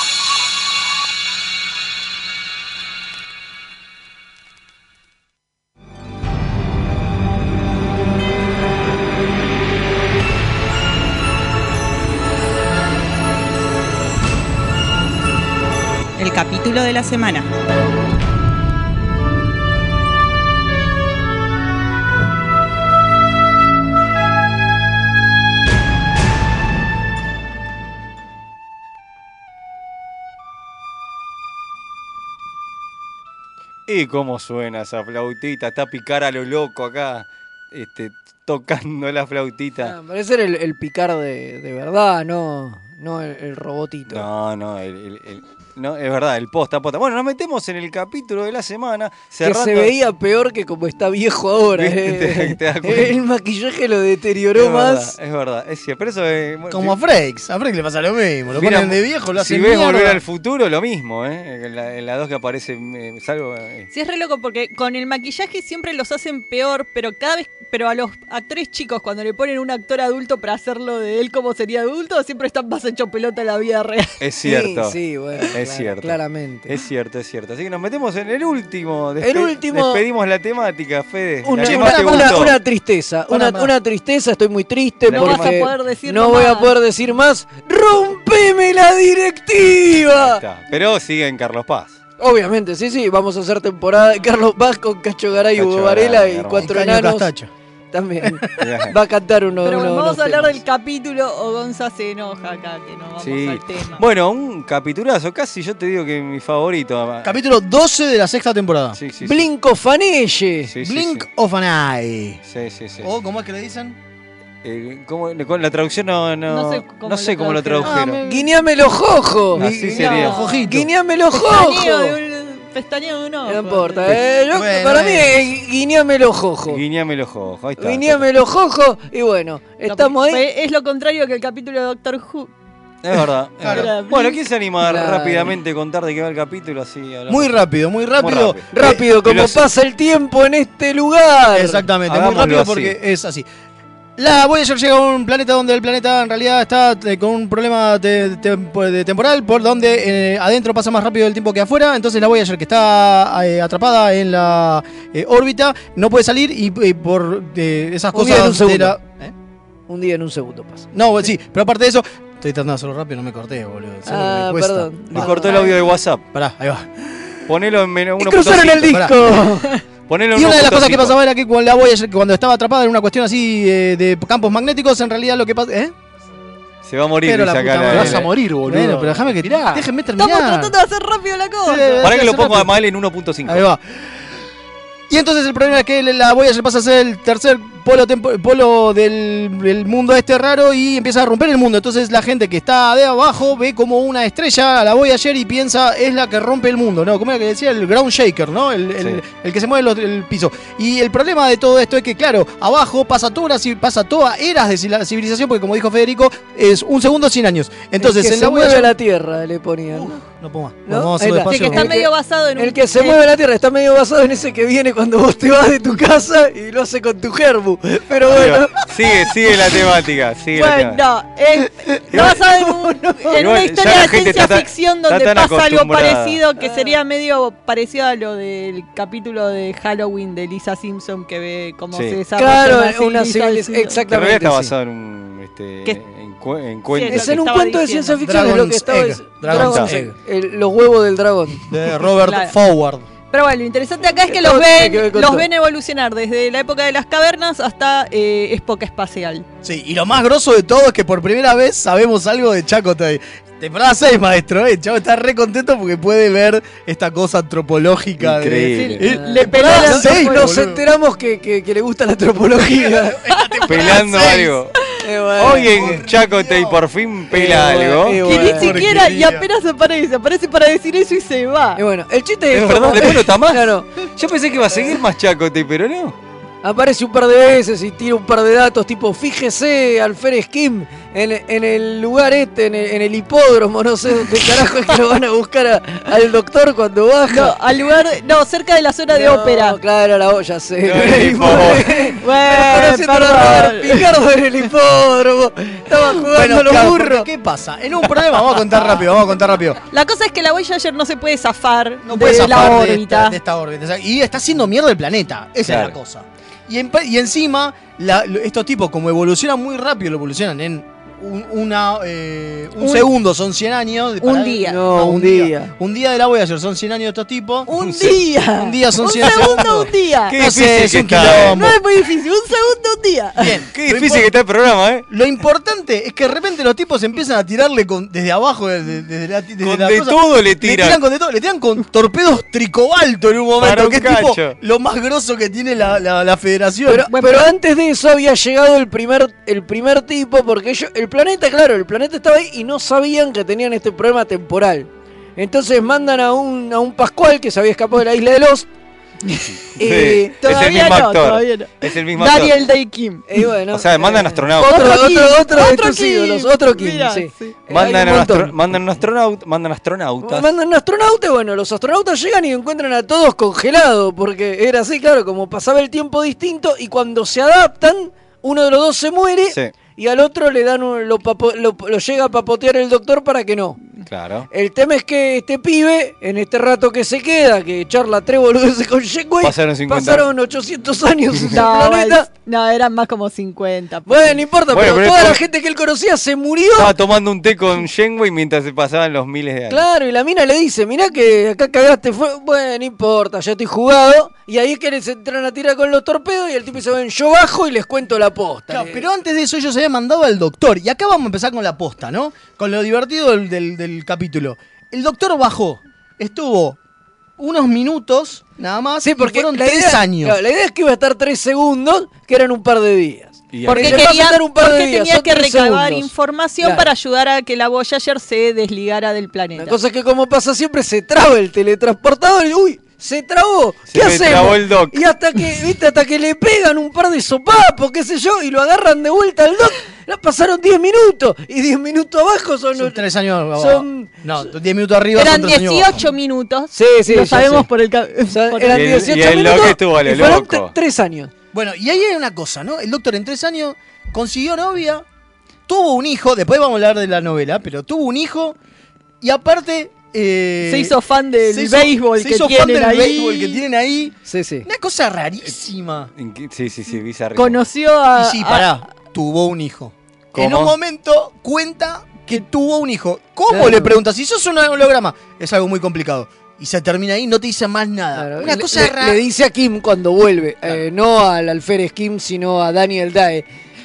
Q: El capítulo de la semana.
B: Y cómo suena esa flautita, está picar a lo loco acá, este, tocando la flautita.
E: Parece ser el, el picar de, de verdad, no, no el, el robotito.
B: No, no, el- el- el- no, es verdad, el posta posta. Bueno, nos metemos en el capítulo de la semana.
E: Que
B: cerrando-
E: se veía peor que como está viejo ahora.
B: ¿Viste?
E: eh.
B: Te- te das cuenta.
E: el maquillaje lo deterioró
B: es
E: más.
B: Verdad, es verdad, es cierto. Pero eso es, bueno,
C: Como a
B: si-
C: Frex. A Frex le pasa lo mismo. Lo
B: Mira,
C: ponen de viejo, lo
B: Si
C: hacen
B: ves
C: mierda.
B: volver al futuro, lo mismo, ¿eh? En la, en la dos que aparece, eh, salvo. eh,
D: Sí, es re loco porque con el maquillaje siempre los hacen peor, pero cada vez, pero a los actores chicos, cuando le ponen un actor adulto para hacerlo de él como sería adulto, siempre están más hecho pelota en la vida real.
B: Es cierto.
E: sí, bueno,
B: Es
E: claro,
B: cierto.
E: claramente.
B: Es cierto, es cierto. Así que nos metemos en el último.
E: El último.
B: Despedimos la temática, Fede.
E: Una,
B: la que
E: una-
B: más te
E: una-
B: gustó.
E: una tristeza,
B: Una
E: una,
B: más.
E: una tristeza, estoy muy triste
B: No vas a
E: porque
B: poder decir
E: no voy a
B: más.
E: poder decir más. ¡Rompeme la directiva!
B: Pero sigue en Carlos Paz.
E: Obviamente, sí, sí, vamos a hacer temporada de Carlos Paz con Cacho Garay,
B: Cacho
E: Hugo Varela
B: Garay,
E: y
B: hermoso.
E: cuatro
B: Y Caño
E: enanos.
B: Castacho.
E: También va a cantar uno,
D: Pero bueno,
E: uno-
D: vamos
E: unos
D: a hablar
E: temas.
D: del capítulo o Gonza se enoja acá, que no vamos
B: Sí.
D: al tema.
B: Bueno, un capitulazo, casi yo te digo que mi favorito.
C: Capítulo 12 de la sexta temporada.
B: Sí, sí, sí.
E: Blink of an Eye.
B: Sí, sí,
C: Blink of an Eye.
B: Sí, sí,
E: Oh.
B: sí.
C: O, ¿cómo es que le dicen?
B: Eh, ¿cómo- con la traducción no, no,
C: No
B: no
C: sé
B: sé
C: cómo
B: cómo,
C: lo
B: lo
C: tradujeron.
E: Ah,
B: tradujeron.
E: Guiñame los ojos.
B: Así sería. Los ojitos.
E: Guiñame los
D: Pestañeo
E: ojos.
D: de un, pestañeo de un ojo.
E: No importa, eh, yo- para mí es guiñame los ojos.
B: Guiñame los ojos. Ahí está.
E: Guiñame los ojos y bueno, estamos ahí.
D: Fue- Es lo contrario que el capítulo de Doctor Who.
B: Es verdad. es
D: Claro.
B: verdad. Bueno, ¿quién se anima a
E: Claro.
B: rápidamente a contar de qué va el capítulo? Así hablamos?
C: Muy rápido, muy rápido.
E: Rápido,
B: Eh,
E: como
B: veloz-
E: pasa el tiempo en este lugar.
C: Exactamente,
B: Hagámoslo
C: muy rápido
B: así.
C: porque es así. La Voyager llega a un planeta donde el planeta en realidad está eh, con un problema de- de- de temporal, por donde eh, adentro pasa más rápido el tiempo que afuera. Entonces la Voyager que está eh, atrapada en la eh, órbita no puede salir y, y por eh, esas
E: Un día en un
C: cosas de
E: segundo.
C: la-
E: Un día en un segundo pasa.
C: No, sí, pero aparte de eso, estoy tratando de hacerlo rápido, no me corté, boludo. Eso es lo que
E: Ah,
C: me cuesta.
E: perdón.
B: Me cortó el audio de WhatsApp.
C: Pará, ahí va.
B: Ponelo en menos uno.
C: cruzaron el disco!
B: Ponelo en
C: Y una de las
B: 1.5.
C: cosas que pasaba era que con la Voyager, que cuando estaba atrapada en una cuestión así eh, de campos magnéticos, en realidad lo que pasa. ¿Eh?
B: Se va a morir.
C: Pero la
B: dice
C: puta
B: acá
C: madre. Vas a
A: morir, boludo.
C: Bueno, pero déjame que.
A: Mirá.
C: Déjenme terminar.
D: Estamos tratando de hacer rápido la cosa.
B: Para que lo pongo
C: rápido.
B: a Mael en 1.5.
C: Ahí va. Y entonces el problema es que la Voyager pasa a ser el tercer polo, tempo- polo del, del mundo este raro y empieza a romper el mundo. Entonces la gente que está de abajo ve como una estrella a la Voyager y piensa es la que rompe el mundo, ¿no? Como era que decía el ground shaker, ¿no? El, el-
B: Sí.
C: el que se mueve los- el piso. Y el problema de todo esto es que, claro, abajo pasa toda, una ci- pasa toda eras de civil- civilización, porque como dijo Federico, es un segundo 100 años. Entonces
E: el que
C: en
E: se
C: la
E: mueve
C: Voyager...
E: la tierra, le ponían.
C: No puedo más.
E: ¿No?
C: Vamos a
E: Ahí
C: hacerlo
E: está.
C: despacio.
E: Sí, que
D: Está
E: El
D: medio basado en un.
E: El que se mueve la tierra está medio basado en ese que viene cuando vos te vas de tu casa y lo hace con tu gerbu. Pero
B: Ahí
E: bueno,
B: va. Sigue, sigue la temática. Sigue la temática.
D: Bueno, es- está basado en, un- en
B: Igual,
D: una
B: ya
D: historia
B: la
D: de
B: gente
D: ciencia
B: está tan-
D: ficción
B: está
D: donde
B: tan
D: pasa algo
B: acostumbrada.
D: parecido
E: Ah.
D: que sería medio parecido a lo del capítulo de Halloween de Lisa Simpson que ve cómo
B: Sí.
D: se
E: Claro,
D: desarrolla
E: una civiliz-
D: civilización.
B: Que en realidad
E: exactamente.
B: está
E: sí.
B: basado en un este,
D: ¿Qué?
B: encu- encuentro.
E: Es en un cuento de ciencia ficción es lo que
C: Dragon's
E: estaba
C: Egg.
E: diciendo.
C: Dragon's
E: Dragon's
C: Egg.
E: Egg. El- los huevos del dragón.
C: De Robert
D: Claro.
C: Forward.
D: Pero bueno, lo interesante acá es que
E: Todo
D: los
E: tiene que
D: ven,
E: ver con
D: los
E: todo.
D: ven evolucionar desde la época de las cavernas hasta eh, época espacial.
C: Sí, y lo más grosso de todo es que por primera vez sabemos algo de Chaco Tay. Temporada 6, maestro. Eh. Chaco está re contento porque puede ver esta cosa antropológica. de-
B: Increíble.
C: Eh,
D: Le
E: Pará,
C: temporada
E: no-
C: seis,
E: nos
C: boludo.
E: enteramos que, que- que le gusta la antropología.
B: Pelando
C: seis.
B: algo.
E: Eh, bueno.
B: Hoy en Chacote y por fin pela
E: Eh, bueno,
B: algo.
E: eh,
D: Que
E: bueno.
D: ni siquiera, y apenas aparece, aparece para decir eso y se va.
E: Y bueno, el chiste es.
B: Es verdad,
E: como-
B: después no está más.
E: Claro,
B: Yo pensé que iba a seguir más Chacote, pero no.
E: aparece un par de veces y tira un par de datos, tipo, fíjese, Alférez Kim, en, en el lugar este, en el, en el hipódromo, no sé dónde carajo es que lo van a buscar a- al doctor cuando
D: No,
E: baja.
D: al lugar, no, cerca de la zona de
E: No,
D: ópera.
E: Claro, la olla, sé.
B: No, el hipódromo.
D: Bueno,
E: Parece
D: Eh, perdón.
E: Robert Picardo en el hipódromo. Estaba jugando
C: Bueno,
E: los
C: claro,
E: burros.
C: porque ¿qué pasa? En un problema, vamos a contar rápido, vamos a contar rápido.
D: La cosa es que la Voyager no se puede zafar
C: No
D: de
C: puede
D: la
C: zafar de
D: órbita.
C: esta, de esta órbita. O sea, Y está haciendo mierda el planeta. Esa es
B: Claro.
C: la cosa. Y, en pa- y encima, la- lo- estos tipos, como evolucionan muy rápido, lo evolucionan en un, una, eh, un
D: Un-
C: segundo, son 100 años. de-
D: Un
C: para-
D: día.
E: No, un día.
C: Un día de la Voyager son 100 años de estos tipos.
D: Un día.
C: Un día son
D: Un
C: 100
D: segundo,
C: segundos.
D: un día.
B: Qué
C: No
B: difícil
C: sé, es
B: que
C: un
B: está,
C: quilombo.
D: No es muy difícil, un segundo, un día.
C: Bien.
B: Qué
C: Lo
B: difícil que
C: impor-
B: está el programa, ¿eh?
C: Lo importante es que de repente los tipos empiezan a tirarle con- desde abajo, desde, desde la, desde
B: Con
C: la
B: de
C: cosa.
B: todo le
C: Le
B: tiran.
C: tiran con de todo, le tiran con torpedos tricobalto en un momento,
B: Para un
C: que es tipo
B: cacho.
C: lo más grosso que tiene la, la- la federación.
E: Pero, pero antes de eso había llegado el primer, el primer tipo, porque ellos- el planeta, claro, el planeta estaba ahí y no sabían que tenían este problema temporal. Entonces mandan a un, a un Pascual que se había escapado de la isla de Lost.
B: Sí,
E: Eh,
B: es el
D: Todavía
B: mismo
D: no,
B: actor.
D: todavía no.
B: Es el mismo actor.
D: Daniel Day Kim.
E: y bueno,
B: O sea, mandan
E: eh,
B: astronautas.
E: Otro,
D: Otro
E: otro,
D: Kim,
E: otro de
D: otro
E: tus
D: Kim.
E: ídolos, otro Kim,
D: Mirá,
E: sí.
D: sí.
E: Eh,
B: Mandan,
E: hay
B: a
E: un
B: un
E: montón.
B: astro- mandan, un astronauta, mandan astronautas.
E: Mandan un astronauta y bueno, los astronautas llegan y encuentran a todos congelados, porque era así, claro, como pasaba el tiempo distinto y cuando se adaptan, uno de los dos se muere
B: Sí.
E: y al otro le dan un- lo, papo- lo- lo llega a papotear el doctor para que no.
B: Claro.
E: El tema es que este pibe, en este rato que se queda, que charla tres boludeces con Shekwe,
B: Pasaron 50.
E: pasaron 800 años en
D: No,
E: el planeta.
D: Vals, no, eran más como 50.
E: Bueno, no importa, pero,
B: Bueno, pero
E: toda
B: esto-
E: la gente que él conocía se murió.
B: Estaba tomando un té con Shenwei mientras se pasaban los miles de años.
E: Claro, y la mina le dice, mirá que acá cagaste, fue, bueno, no importa, ya estoy jugado. Y ahí es que se entran a tirar con los torpedos y el tipo se ven, yo bajo y les cuento la posta.
C: Claro, pero antes de eso ellos se habían mandado al doctor. Y acá vamos a empezar con la posta, ¿no? Con lo divertido del, del- del capítulo. El doctor bajó. Estuvo unos minutos, nada más.
E: Sí,
C: y
E: porque
C: fueron
E: la
C: tres
E: idea-
C: años.
E: claro, la idea es que iba a estar tres segundos, que eran un par de días.
B: Y
D: Porque,
E: llegó a
D: quería-
E: faltar un par de
D: porque
E: días,
D: tenía
E: son
D: que
E: tres
D: recabar
E: segundos.
D: información
E: Claro.
D: para ayudar a que la Voyager se desligara del planeta.
E: La cosa es que como pasa siempre se traba el teletransportador y uy, se trabó.
B: Se
E: ¿Qué
B: me
E: hacemos?
B: trabó el doc.
E: Y hasta que, viste, hasta que le pegan un par de sopapos, qué sé yo, y lo agarran de vuelta al doc. Ya pasaron 10 minutos y 10 minutos abajo son,
C: Son tres años.
E: Son-
C: no, 10 minutos arriba.
D: Eran
C: son tres años abajo.
D: 18 minutos.
E: Sí, sí,
D: Lo
E: ya
D: sabemos
E: sé.
D: por el. ca- por
E: Eran
B: Y el-
E: 18
B: y el loco
E: minutos
B: estuvo a lo
E: y fueron
B: loco.
E: tre- tres años.
C: Bueno, y ahí hay una cosa, ¿no? El doctor en tres años consiguió novia, tuvo un hijo, después vamos a hablar de la novela, pero tuvo un hijo y aparte... eh,
D: Se hizo fan del
C: se hizo-
D: béisbol
C: se
D: que
C: hizo fan
D: tienen
C: del
D: ahí.
C: béisbol que tienen ahí.
E: Sí, sí.
C: Una cosa rarísima.
B: ¿En qué- Sí, sí, sí, bizarro.
D: Conoció a.
C: Y sí, pará, tuvo un hijo.
B: ¿Cómo?
C: En un momento cuenta que tuvo un hijo. ¿Cómo
E: Claro.
C: le preguntas? Si sos un holograma, es algo muy complicado. Y se termina ahí, no te dice más nada.
E: Claro,
C: Una
E: le-
C: cosa
E: le,
C: rara.
E: le dice a Kim cuando vuelve, eh, no al alférez Kim, sino a Daniel Dae.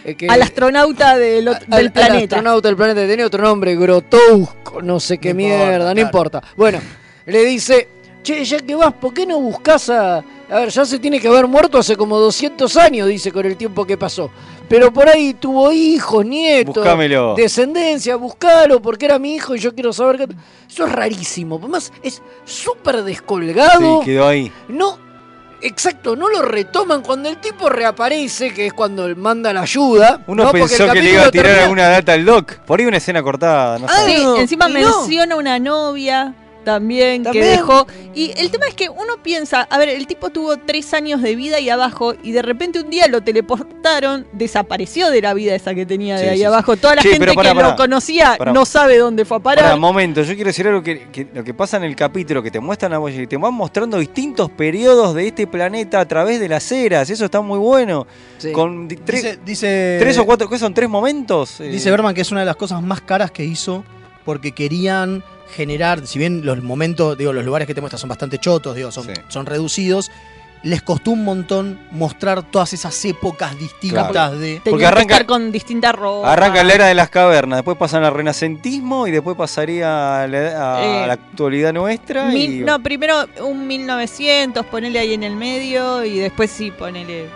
E: eh, que-
D: Al astronauta del, ot-
E: al-
D: del
E: al
D: planeta.
E: astronauta del planeta tenía otro nombre, Grotowsk, no sé qué
C: No importa,
E: mierda, no
C: claro.
E: importa. Bueno, le dice, che, ya que vas, ¿por qué no buscas a... A ver, ya se tiene que haber muerto hace como 200 años, dice, con el tiempo que pasó. Pero por ahí tuvo hijos, nietos,
B: Buscámelo.
E: descendencia, buscalo, porque era mi hijo y yo quiero saber qué... Eso es rarísimo. Además, es súper descolgado.
B: Sí, quedó ahí.
E: No, exacto, no lo retoman cuando el tipo reaparece, que es cuando manda la ayuda.
B: Uno
E: ¿no? Porque el
B: pensó que le
E: capítulo
B: iba a tirar
E: termina-
B: alguna data al doc. Por ahí una escena cortada, no
E: Ah,
B: sé.
D: Sí,
E: No,
D: encima
E: y no.
D: menciona una novia también,
E: También.
D: que dejó. Y el tema es que uno piensa, a ver, el tipo tuvo tres años de vida ahí abajo y de repente un día lo teleportaron, desapareció de la vida esa que tenía de
B: Sí,
D: ahí
B: sí, sí.
D: abajo. Toda la
B: Che,
D: gente
B: pero pará,
D: que
B: pará.
D: lo conocía
B: Pará.
D: no sabe dónde fue a parar.
B: Pará, momento, yo quiero decir algo que, que lo que pasa en el capítulo, que te muestran a Voyager, que te van mostrando distintos periodos de este planeta a través de las eras, eso está muy bueno.
E: Sí.
B: Con di- tre-
C: Dice- dice-
B: tres o cuatro, ¿qué son? ¿Tres momentos? Eh,
C: Dice Berman que es una de las cosas más caras que hizo porque querían generar, si bien los momentos, digo, los lugares que te muestran son bastante chotos, digo, son,
B: Sí.
C: son reducidos, les costó un montón mostrar todas esas épocas distintas
B: Claro.
C: de...
D: Tenía
B: porque
D: que
B: arranca-
D: estar con distinta ropa.
B: Arranca la era de las cavernas, después pasan al renacentismo y después pasaría a la, a
D: Eh,
B: la actualidad nuestra.
D: Mil-
B: y,
D: no, primero un 1900, ponele ahí en el medio y después sí, ponele.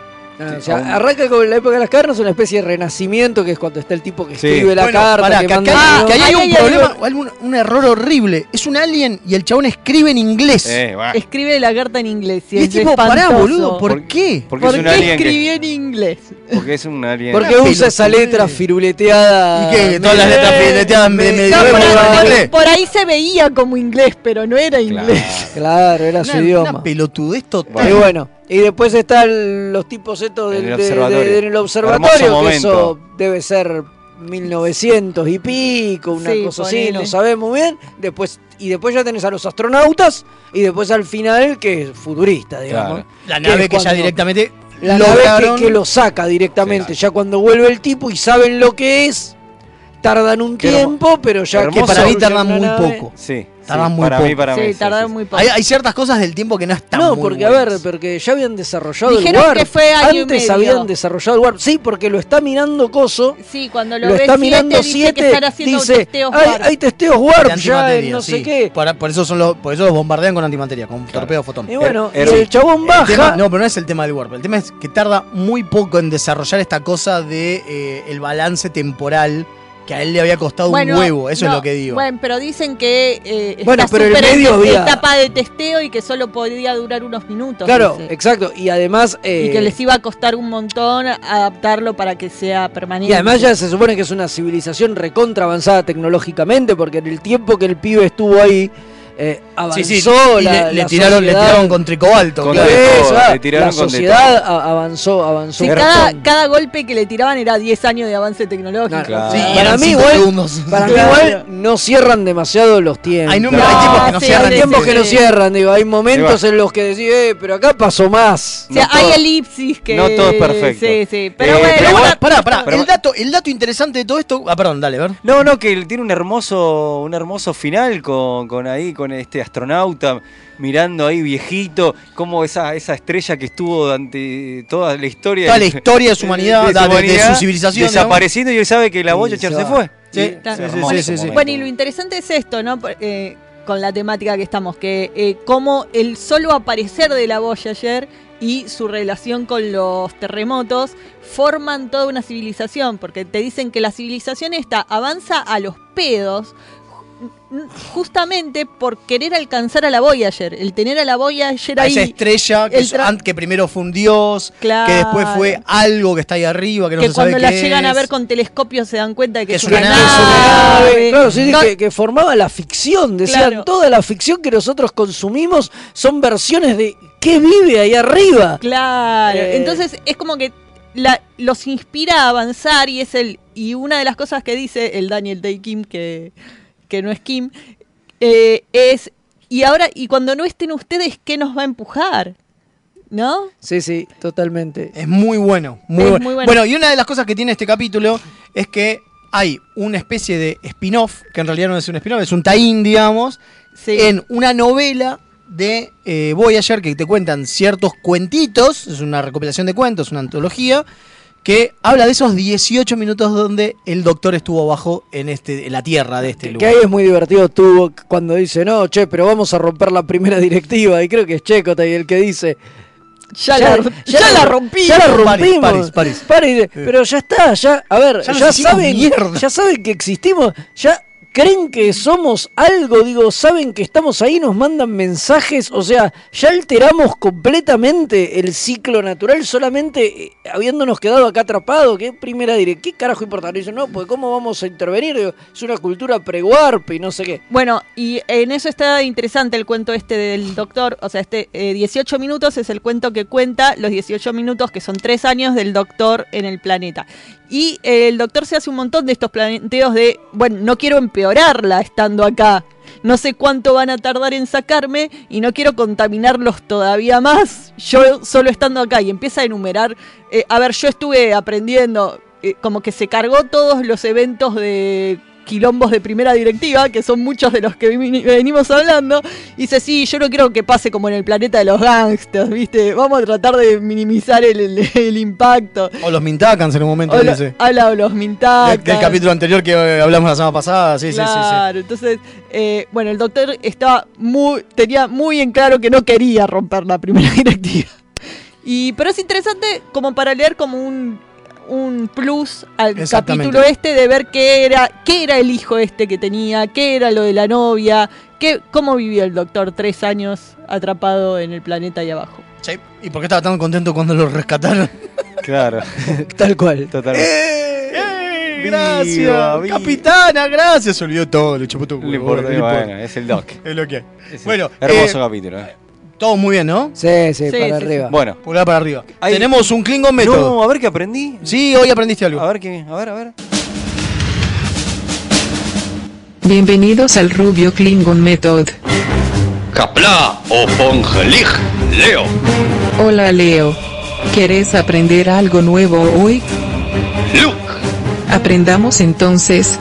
E: Ah, o sea, arranca con la época de las carnes, una especie de renacimiento, que es cuando está el tipo que
B: Sí.
E: escribe la
C: Bueno,
E: carta.
C: pará,
E: que
C: que
E: manda-
C: acá, hay- que ahí hay
D: Ahí
C: un
D: hay
C: problema, algún- un error horrible. Es un alien y el chabón escribe en inglés.
B: Eh, bah,
D: Escribe la carta en inglés.
C: y es tipo, pará, boludo, ¿por, qué?
B: porque
D: ¿Por
B: es un
D: qué
B: alien que-
D: escribió en inglés?
B: porque es un alien.
E: Porque
C: Una
E: usa esa
C: pelotudez.
E: letra firuleteada.
C: Y que todas las letras firuleteadas de
E: medio.
C: medio-
D: No,
C: Pero
D: por,
C: bueno,
D: ahí, por-
C: inglés.
D: por ahí se veía como inglés, pero no era
B: Claro.
D: inglés.
E: Claro, era su
C: Una,
E: idioma.
C: una pelotudez total.
E: Y bueno, y después están los tipos estos del,
B: En
E: de-
B: el
E: de-
B: observatorio.
E: en el observatorio,
B: Hermoso
E: que eso
B: momento.
E: debe ser 1900 y pico, una
D: Sí,
E: cosa así,
D: ponele.
E: no sabemos bien. Después y después ya tenés a los astronautas y después al final que es futurista, digamos.
B: Claro.
C: la
E: que
C: nave
E: es
C: que ya
E: cuando-
C: directamente
E: La nave
C: lograron-
E: que, que lo saca directamente,
B: Sí,
E: ya cuando vuelve el tipo y saben lo que es, tardan un
B: Qué hermo-
E: tiempo, pero ya
B: hermoso.
C: que para mí
E: construyen
C: tardan
E: una
C: muy
E: nave-
C: poco.
B: Sí,
C: Tardan
B: sí,
C: muy
B: para
C: poco.
B: mí, para mí.
D: sí,
B: sí,
D: tardaron
B: sí,
D: muy poco.
C: Hay, hay ciertas cosas del tiempo que no están
E: No,
C: muy
E: porque a ver,
C: buenas.
E: porque ya habían desarrollado el
D: Dijeron
E: warp.
D: que fue año
E: Antes
D: y medio.
E: habían desarrollado el warp. Sí, porque lo está mirando Coso.
D: Sí, cuando
E: Lo,
D: lo, ves
E: está
D: siete,
E: mirando
D: dice que
E: 7.
D: están haciendo
E: Dice,
D: testeos
E: hay,
D: raros".
E: hay testeos
C: De
E: warp ya,
C: antimateria,
E: en no sé
C: sí.
E: qué.
C: Por, por eso son los, por eso los bombardean con antimateria, con torpedo fotón.
E: Y bueno,
B: Era-
E: y el chabón
C: Er, El tema-
E: baja.
C: no, pero no es el tema del warp. El tema es que tarda muy poco en desarrollar esta cosa de eh, el balance temporal que a él le había costado
D: Bueno,
C: un huevo. Eso
D: no,
C: es lo que digo.
D: Bueno, pero dicen que eh,
E: Bueno,
D: está
E: pero el
D: súper en
E: medio había-
D: etapa de testeo y que solo podía durar unos minutos.
E: Claro,
D: dice.
E: exacto. Y además. eh,
D: Y que les iba a costar un montón adaptarlo para que sea permanente.
E: Y además ya se supone que es una civilización recontra avanzada tecnológicamente, porque en el tiempo que el pibe estuvo ahí, eh, avanzó
C: Sí, sí, y
E: la,
C: le- le
E: la
C: tiraron- le
E: sociedad.
C: tiraron con tricobalto,
E: Con
C: claro.
E: eso,
C: Eso,
E: ah,
C: le tiraron
E: la
C: con de
E: sociedad a- avanzó, avanzó.
D: Sí,
E: un
D: cada,
E: montón.
D: cada golpe que le tiraban era 10 años de avance tecnológico. Ah,
E: Sí, para mí igual, para mí igual no cierran demasiado los tiempos. Hay,
D: números- hay tiempos que no cierran
E: Hay tiempos
D: ese,
E: que no
D: sí.
E: cierran, digo, hay momentos
D: Ahí
E: en los que decís, eh, pero acá pasó más.
D: O sea, hay elipsis que.
E: no todo es perfecto.
D: Sí, sí. Pero
E: Eh,
D: bueno,
E: pero
D: bueno,
C: Pará, pará.
B: Pero-
C: el, dato, el dato interesante de todo esto. Ah, perdón, dale, a ver.
B: No, no, que tiene un hermoso, un hermoso final con, con ahí, con este astronauta mirando ahí viejito, como esa, esa estrella que estuvo durante toda la historia.
C: Toda la historia de su humanidad, da- de- de su civilización,
B: Desapareciendo y él sabe que la boya
C: se
B: se, se
C: va.
B: fue.
C: Sí, sí,
B: Es
C: sí,
B: hermoso
C: sí, sí, sí.
B: momento.
D: Bueno, y lo interesante es esto, ¿no? Por- eh, con la temática que estamos, que eh, cómo el solo aparecer de la Voyager y su relación con los terremotos forman toda una civilización, porque te dicen que la civilización esta avanza a los pedos ju- justamente por querer alcanzar a la Voyager, el tener a la Voyager
C: A
D: ahí.
C: esa
E: este,
C: estrella que,
D: el
C: es-
D: tra-
C: an- que primero fue un dios,
D: Claro.
C: que después fue algo que está ahí arriba, que no
D: que
C: se sabe
D: cuando
C: qué
D: la llegan
C: es.
D: a ver con telescopios se dan cuenta de que,
C: Que
D: es
C: es
D: una,
C: una
D: nave.
E: Ah, Claro, sí,
D: No-
E: que, que formaba la ficción. Decían,
D: Claro.
E: toda la ficción que nosotros consumimos son versiones de qué vive ahí arriba.
D: Claro.
E: Eh.
D: Entonces es como que la- los inspira a avanzar y es el y una de las cosas que dice el Daniel Day Kim que, que no es Kim eh, es y ahora y cuando no estén ustedes qué nos va a empujar, ¿no?
E: Sí, sí, totalmente.
C: Es muy bueno, muy,
D: Es
C: bueno.
D: muy bueno.
C: bueno. y una de las cosas que tiene este capítulo es que hay una especie de spin-off, que en realidad no es un spin-off, es un tie-in, digamos, en una novela de eh, Voyager que te cuentan ciertos cuentitos, es una recopilación de cuentos, una antología, que habla de esos 18 minutos donde el doctor estuvo abajo en, este, en la tierra de este
E: Que
C: lugar.
E: ahí es muy divertido tú cuando dice, no, che, pero vamos a romper la primera directiva. Y creo que es Checota y el que dice.
D: Ya la- ya la rompimos".
E: Ya la
D: París,
E: rompimos.
D: París,
C: París.
E: París, eh, Pero ya está, ya. A ver,
C: Ya
E: ya,
C: nos hicimos
E: saben.
C: mierda.
E: Ya saben que existimos. Ya creen que somos algo. Digo, saben que estamos ahí, nos mandan mensajes. O sea, ya alteramos completamente el ciclo natural solamente eh, habiéndonos quedado acá atrapados. ¿Qué primera directiva? ¿Qué carajo importa? Dicen, no, pues ¿cómo vamos a intervenir? Digo, es una cultura pre-warp y no sé qué.
D: Bueno, y en eso está interesante el cuento este del doctor, o sea, este eh, 18 minutos es el cuento que cuenta los 18 minutos, que son tres años del doctor en el planeta. Y eh, el doctor se hace un montón de estos planteos de, bueno, no quiero empeorarla estando acá, no sé cuánto van a tardar en sacarme y no quiero contaminarlos todavía más, yo solo estando acá y empieza a enumerar, eh, a ver, yo estuve aprendiendo, eh, como que se cargó todos los eventos de quilombos de primera directiva, que son muchos de los que vini- venimos hablando, y dice, sí, yo no quiero que pase como en el planeta de los gangsters, ¿viste? Vamos a tratar de minimizar el, el- el impacto.
C: O los Mintacans en un momento,
D: O lo-
C: dice.
D: habla de los mintacas.
B: Ah,
C: Del, del capítulo anterior que eh, hablamos la semana pasada, sí, sí, sí, sí.
D: Claro, entonces, eh, bueno, el doctor estaba muy, tenía muy en claro que no quería romper la primera directiva. Y, pero es interesante como para leer como un, un plus al
C: Exactamente.
D: capítulo este de ver qué era, qué era el hijo este que tenía, qué era lo de la novia, qué, cómo vivió el doctor tres años atrapado en el planeta ahí abajo.
C: Sí, ¿Y por qué estaba tan contento cuando lo rescataron?
B: Claro.
E: Tal cual.
C: Eh, gracias.
B: Viva, viva.
C: Capitana, gracias. Se olvidó todo, le chupó todo.
B: No le importa, bueno, es el doc.
C: Es lo que hay.
B: Es
C: Bueno,
B: un hermoso
C: eh,
B: capítulo. eh.
C: todo muy bien, ¿no?
E: Sí, sí,
C: Sí,
E: para
C: sí,
E: arriba.
B: Bueno.
C: Pulgar para arriba.
B: Ahí-
C: Tenemos un Klingon método.
B: No, a ver qué aprendí.
C: Sí, hoy aprendiste algo.
B: A ver qué, a ver, a ver.
A: Bienvenidos al Rubio Klingon Method.
P: Kapla o Pongelig, Leo.
A: Hola Leo. ¿Querés aprender algo nuevo hoy? Aprendamos entonces.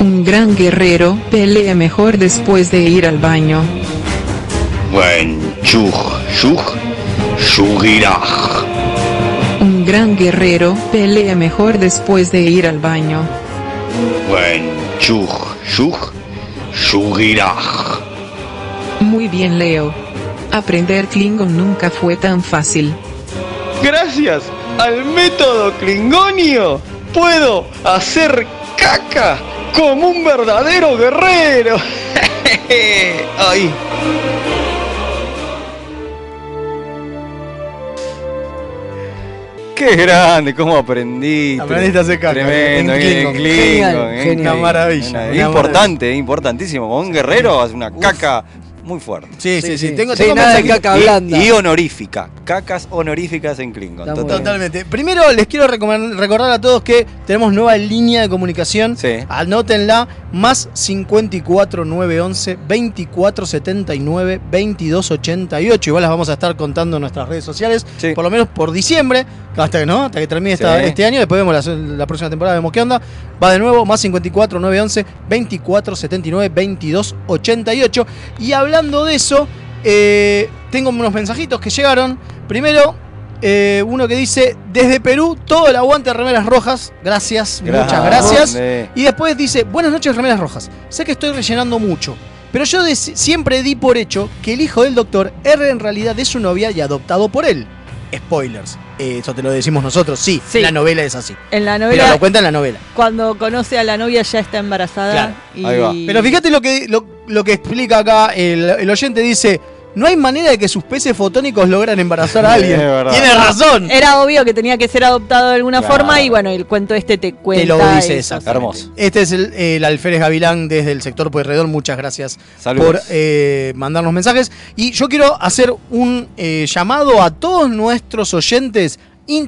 A: Un gran guerrero pelea mejor después de ir al baño.
W: Buen chug, chug, chugiraj.
A: Un gran guerrero pelea mejor después de ir al baño.
W: Buen chug, chug, chugiraj.
A: Muy bien Leo. Aprender Klingon nunca fue tan fácil.
P: Gracias al método Klingonio puedo hacer caca como un verdadero guerrero. Ahí.
B: Qué grande, cómo aprendí.
C: Aprendiste a hacer caca.
B: Tremendo,
C: En
B: en
C: Klingon.
B: Klingon,
C: Genial,
B: en
C: genial.
B: Klingon.
C: Una maravilla,
B: Una-
C: una
B: importante, importantísimo. Con un guerrero hace una caca muy fuerte.
C: Sí, sí, sí. Tengo,
B: Sí,
C: tengo
B: nada de
C: mensajitos.
B: caca blanda. Y honorífica. Cacas honoríficas en Klingon.
C: Está muy
B: total.
C: bien. Totalmente. Primero les quiero recomend- recordar a todos que tenemos nueva línea de comunicación. Anótenla. Más 54 911 2479 2288. Igual las vamos a estar contando en nuestras redes sociales. Por lo menos por diciembre. Hasta que no, hasta que termine esta-
B: Sí.
C: este año. Después vemos la, la próxima temporada, vemos qué onda. Va de nuevo, más 54 911 2479 2288. Y hablando de eso, eh, tengo unos mensajitos que llegaron. Primero, eh, uno que dice, desde Perú, todo el aguante de remeras rojas. Gracias, muchas
B: Grande.
C: gracias.
B: eh,
C: Y después dice, buenas noches remeras rojas. Sé que estoy rellenando mucho. Pero yo des- siempre di por hecho que el hijo del doctor era en realidad de su novia y adoptado por él. Spoilers. Eh, Eso te lo decimos nosotros, sí, La novela es así.
D: En la
C: Pero
D: novela,
C: lo cuenta en la novela.
D: cuando conoce a la novia ya está embarazada. y...
C: Pero fíjate lo que, lo, lo que explica acá. El, el oyente dice: No hay manera de que sus peces fotónicos logran embarazar a alguien.
B: Es verdad.
C: Tiene razón.
D: Era obvio que tenía que ser adoptado de alguna
C: Claro.
D: forma y bueno, el cuento este te cuenta.
C: Te lo dice
D: eso.
C: esa.
B: Hermoso.
C: Este es el, el Alférez Gavilán desde el sector Pueyrredón. Muchas gracias
B: Saludos.
E: pues.
C: por eh, mandarnos mensajes. Y yo quiero hacer un eh, llamado a todos nuestros oyentes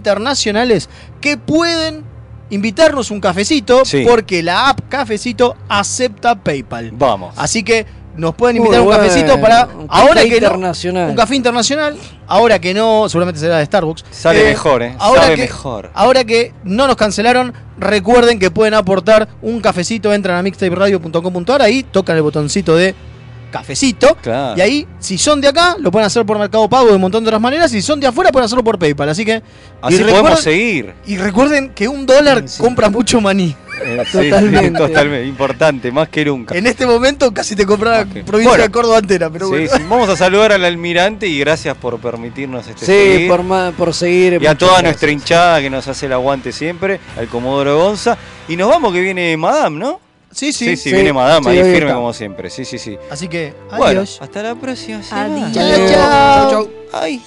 C: internacionales que pueden invitarnos un cafecito
B: Sí.
C: porque la app Cafecito acepta PayPal.
B: Vamos.
C: Así que nos pueden
E: Muy
C: invitar a un
E: bueno,
C: cafecito para
E: un café
C: ahora que no-
E: internacional.
C: un café internacional, ahora que no, seguramente será de Starbucks.
B: Sale mejor, ¿eh?
C: Ahora
B: Sabe
C: que,
B: mejor.
C: Ahora que no nos cancelaron, recuerden que pueden aportar un cafecito, entran a mixtaperadio.com.ar, ahí tocan el botoncito de cafecito.
B: Claro.
C: Y ahí, si son de acá, lo pueden hacer por Mercado Pago de un montón de otras maneras. Si son de afuera, pueden hacerlo por PayPal. Así que.
B: Así
C: y recuerden-
B: podemos seguir.
C: Y recuerden que un dólar compra mucho maní.
B: Eh, sí, sí, totalmente. Importante, más que nunca.
C: En este momento casi te compraba provincia
B: Bueno.
C: de Córdoba entera, pero
B: Sí,
C: bueno.
B: sí, Vamos a saludar al almirante y gracias por permitirnos este
E: Sí, por, ma- por seguir.
B: Y a
E: muchas
B: toda
E: gracias.
B: nuestra hinchada que nos hace el aguante siempre, al Comodoro Gonza. Y nos vamos que viene Madame, ¿no?
C: Sí, sí.
B: Sí, sí,
C: Sí,
B: viene Madame,
C: sí,
B: ahí
C: ahí
B: firme
C: está.
B: como siempre. Sí, sí, sí.
C: Así que, adiós.
B: Bueno, hasta la próxima.
D: Ah,
C: Adiós. Chao, chao.
B: Ay.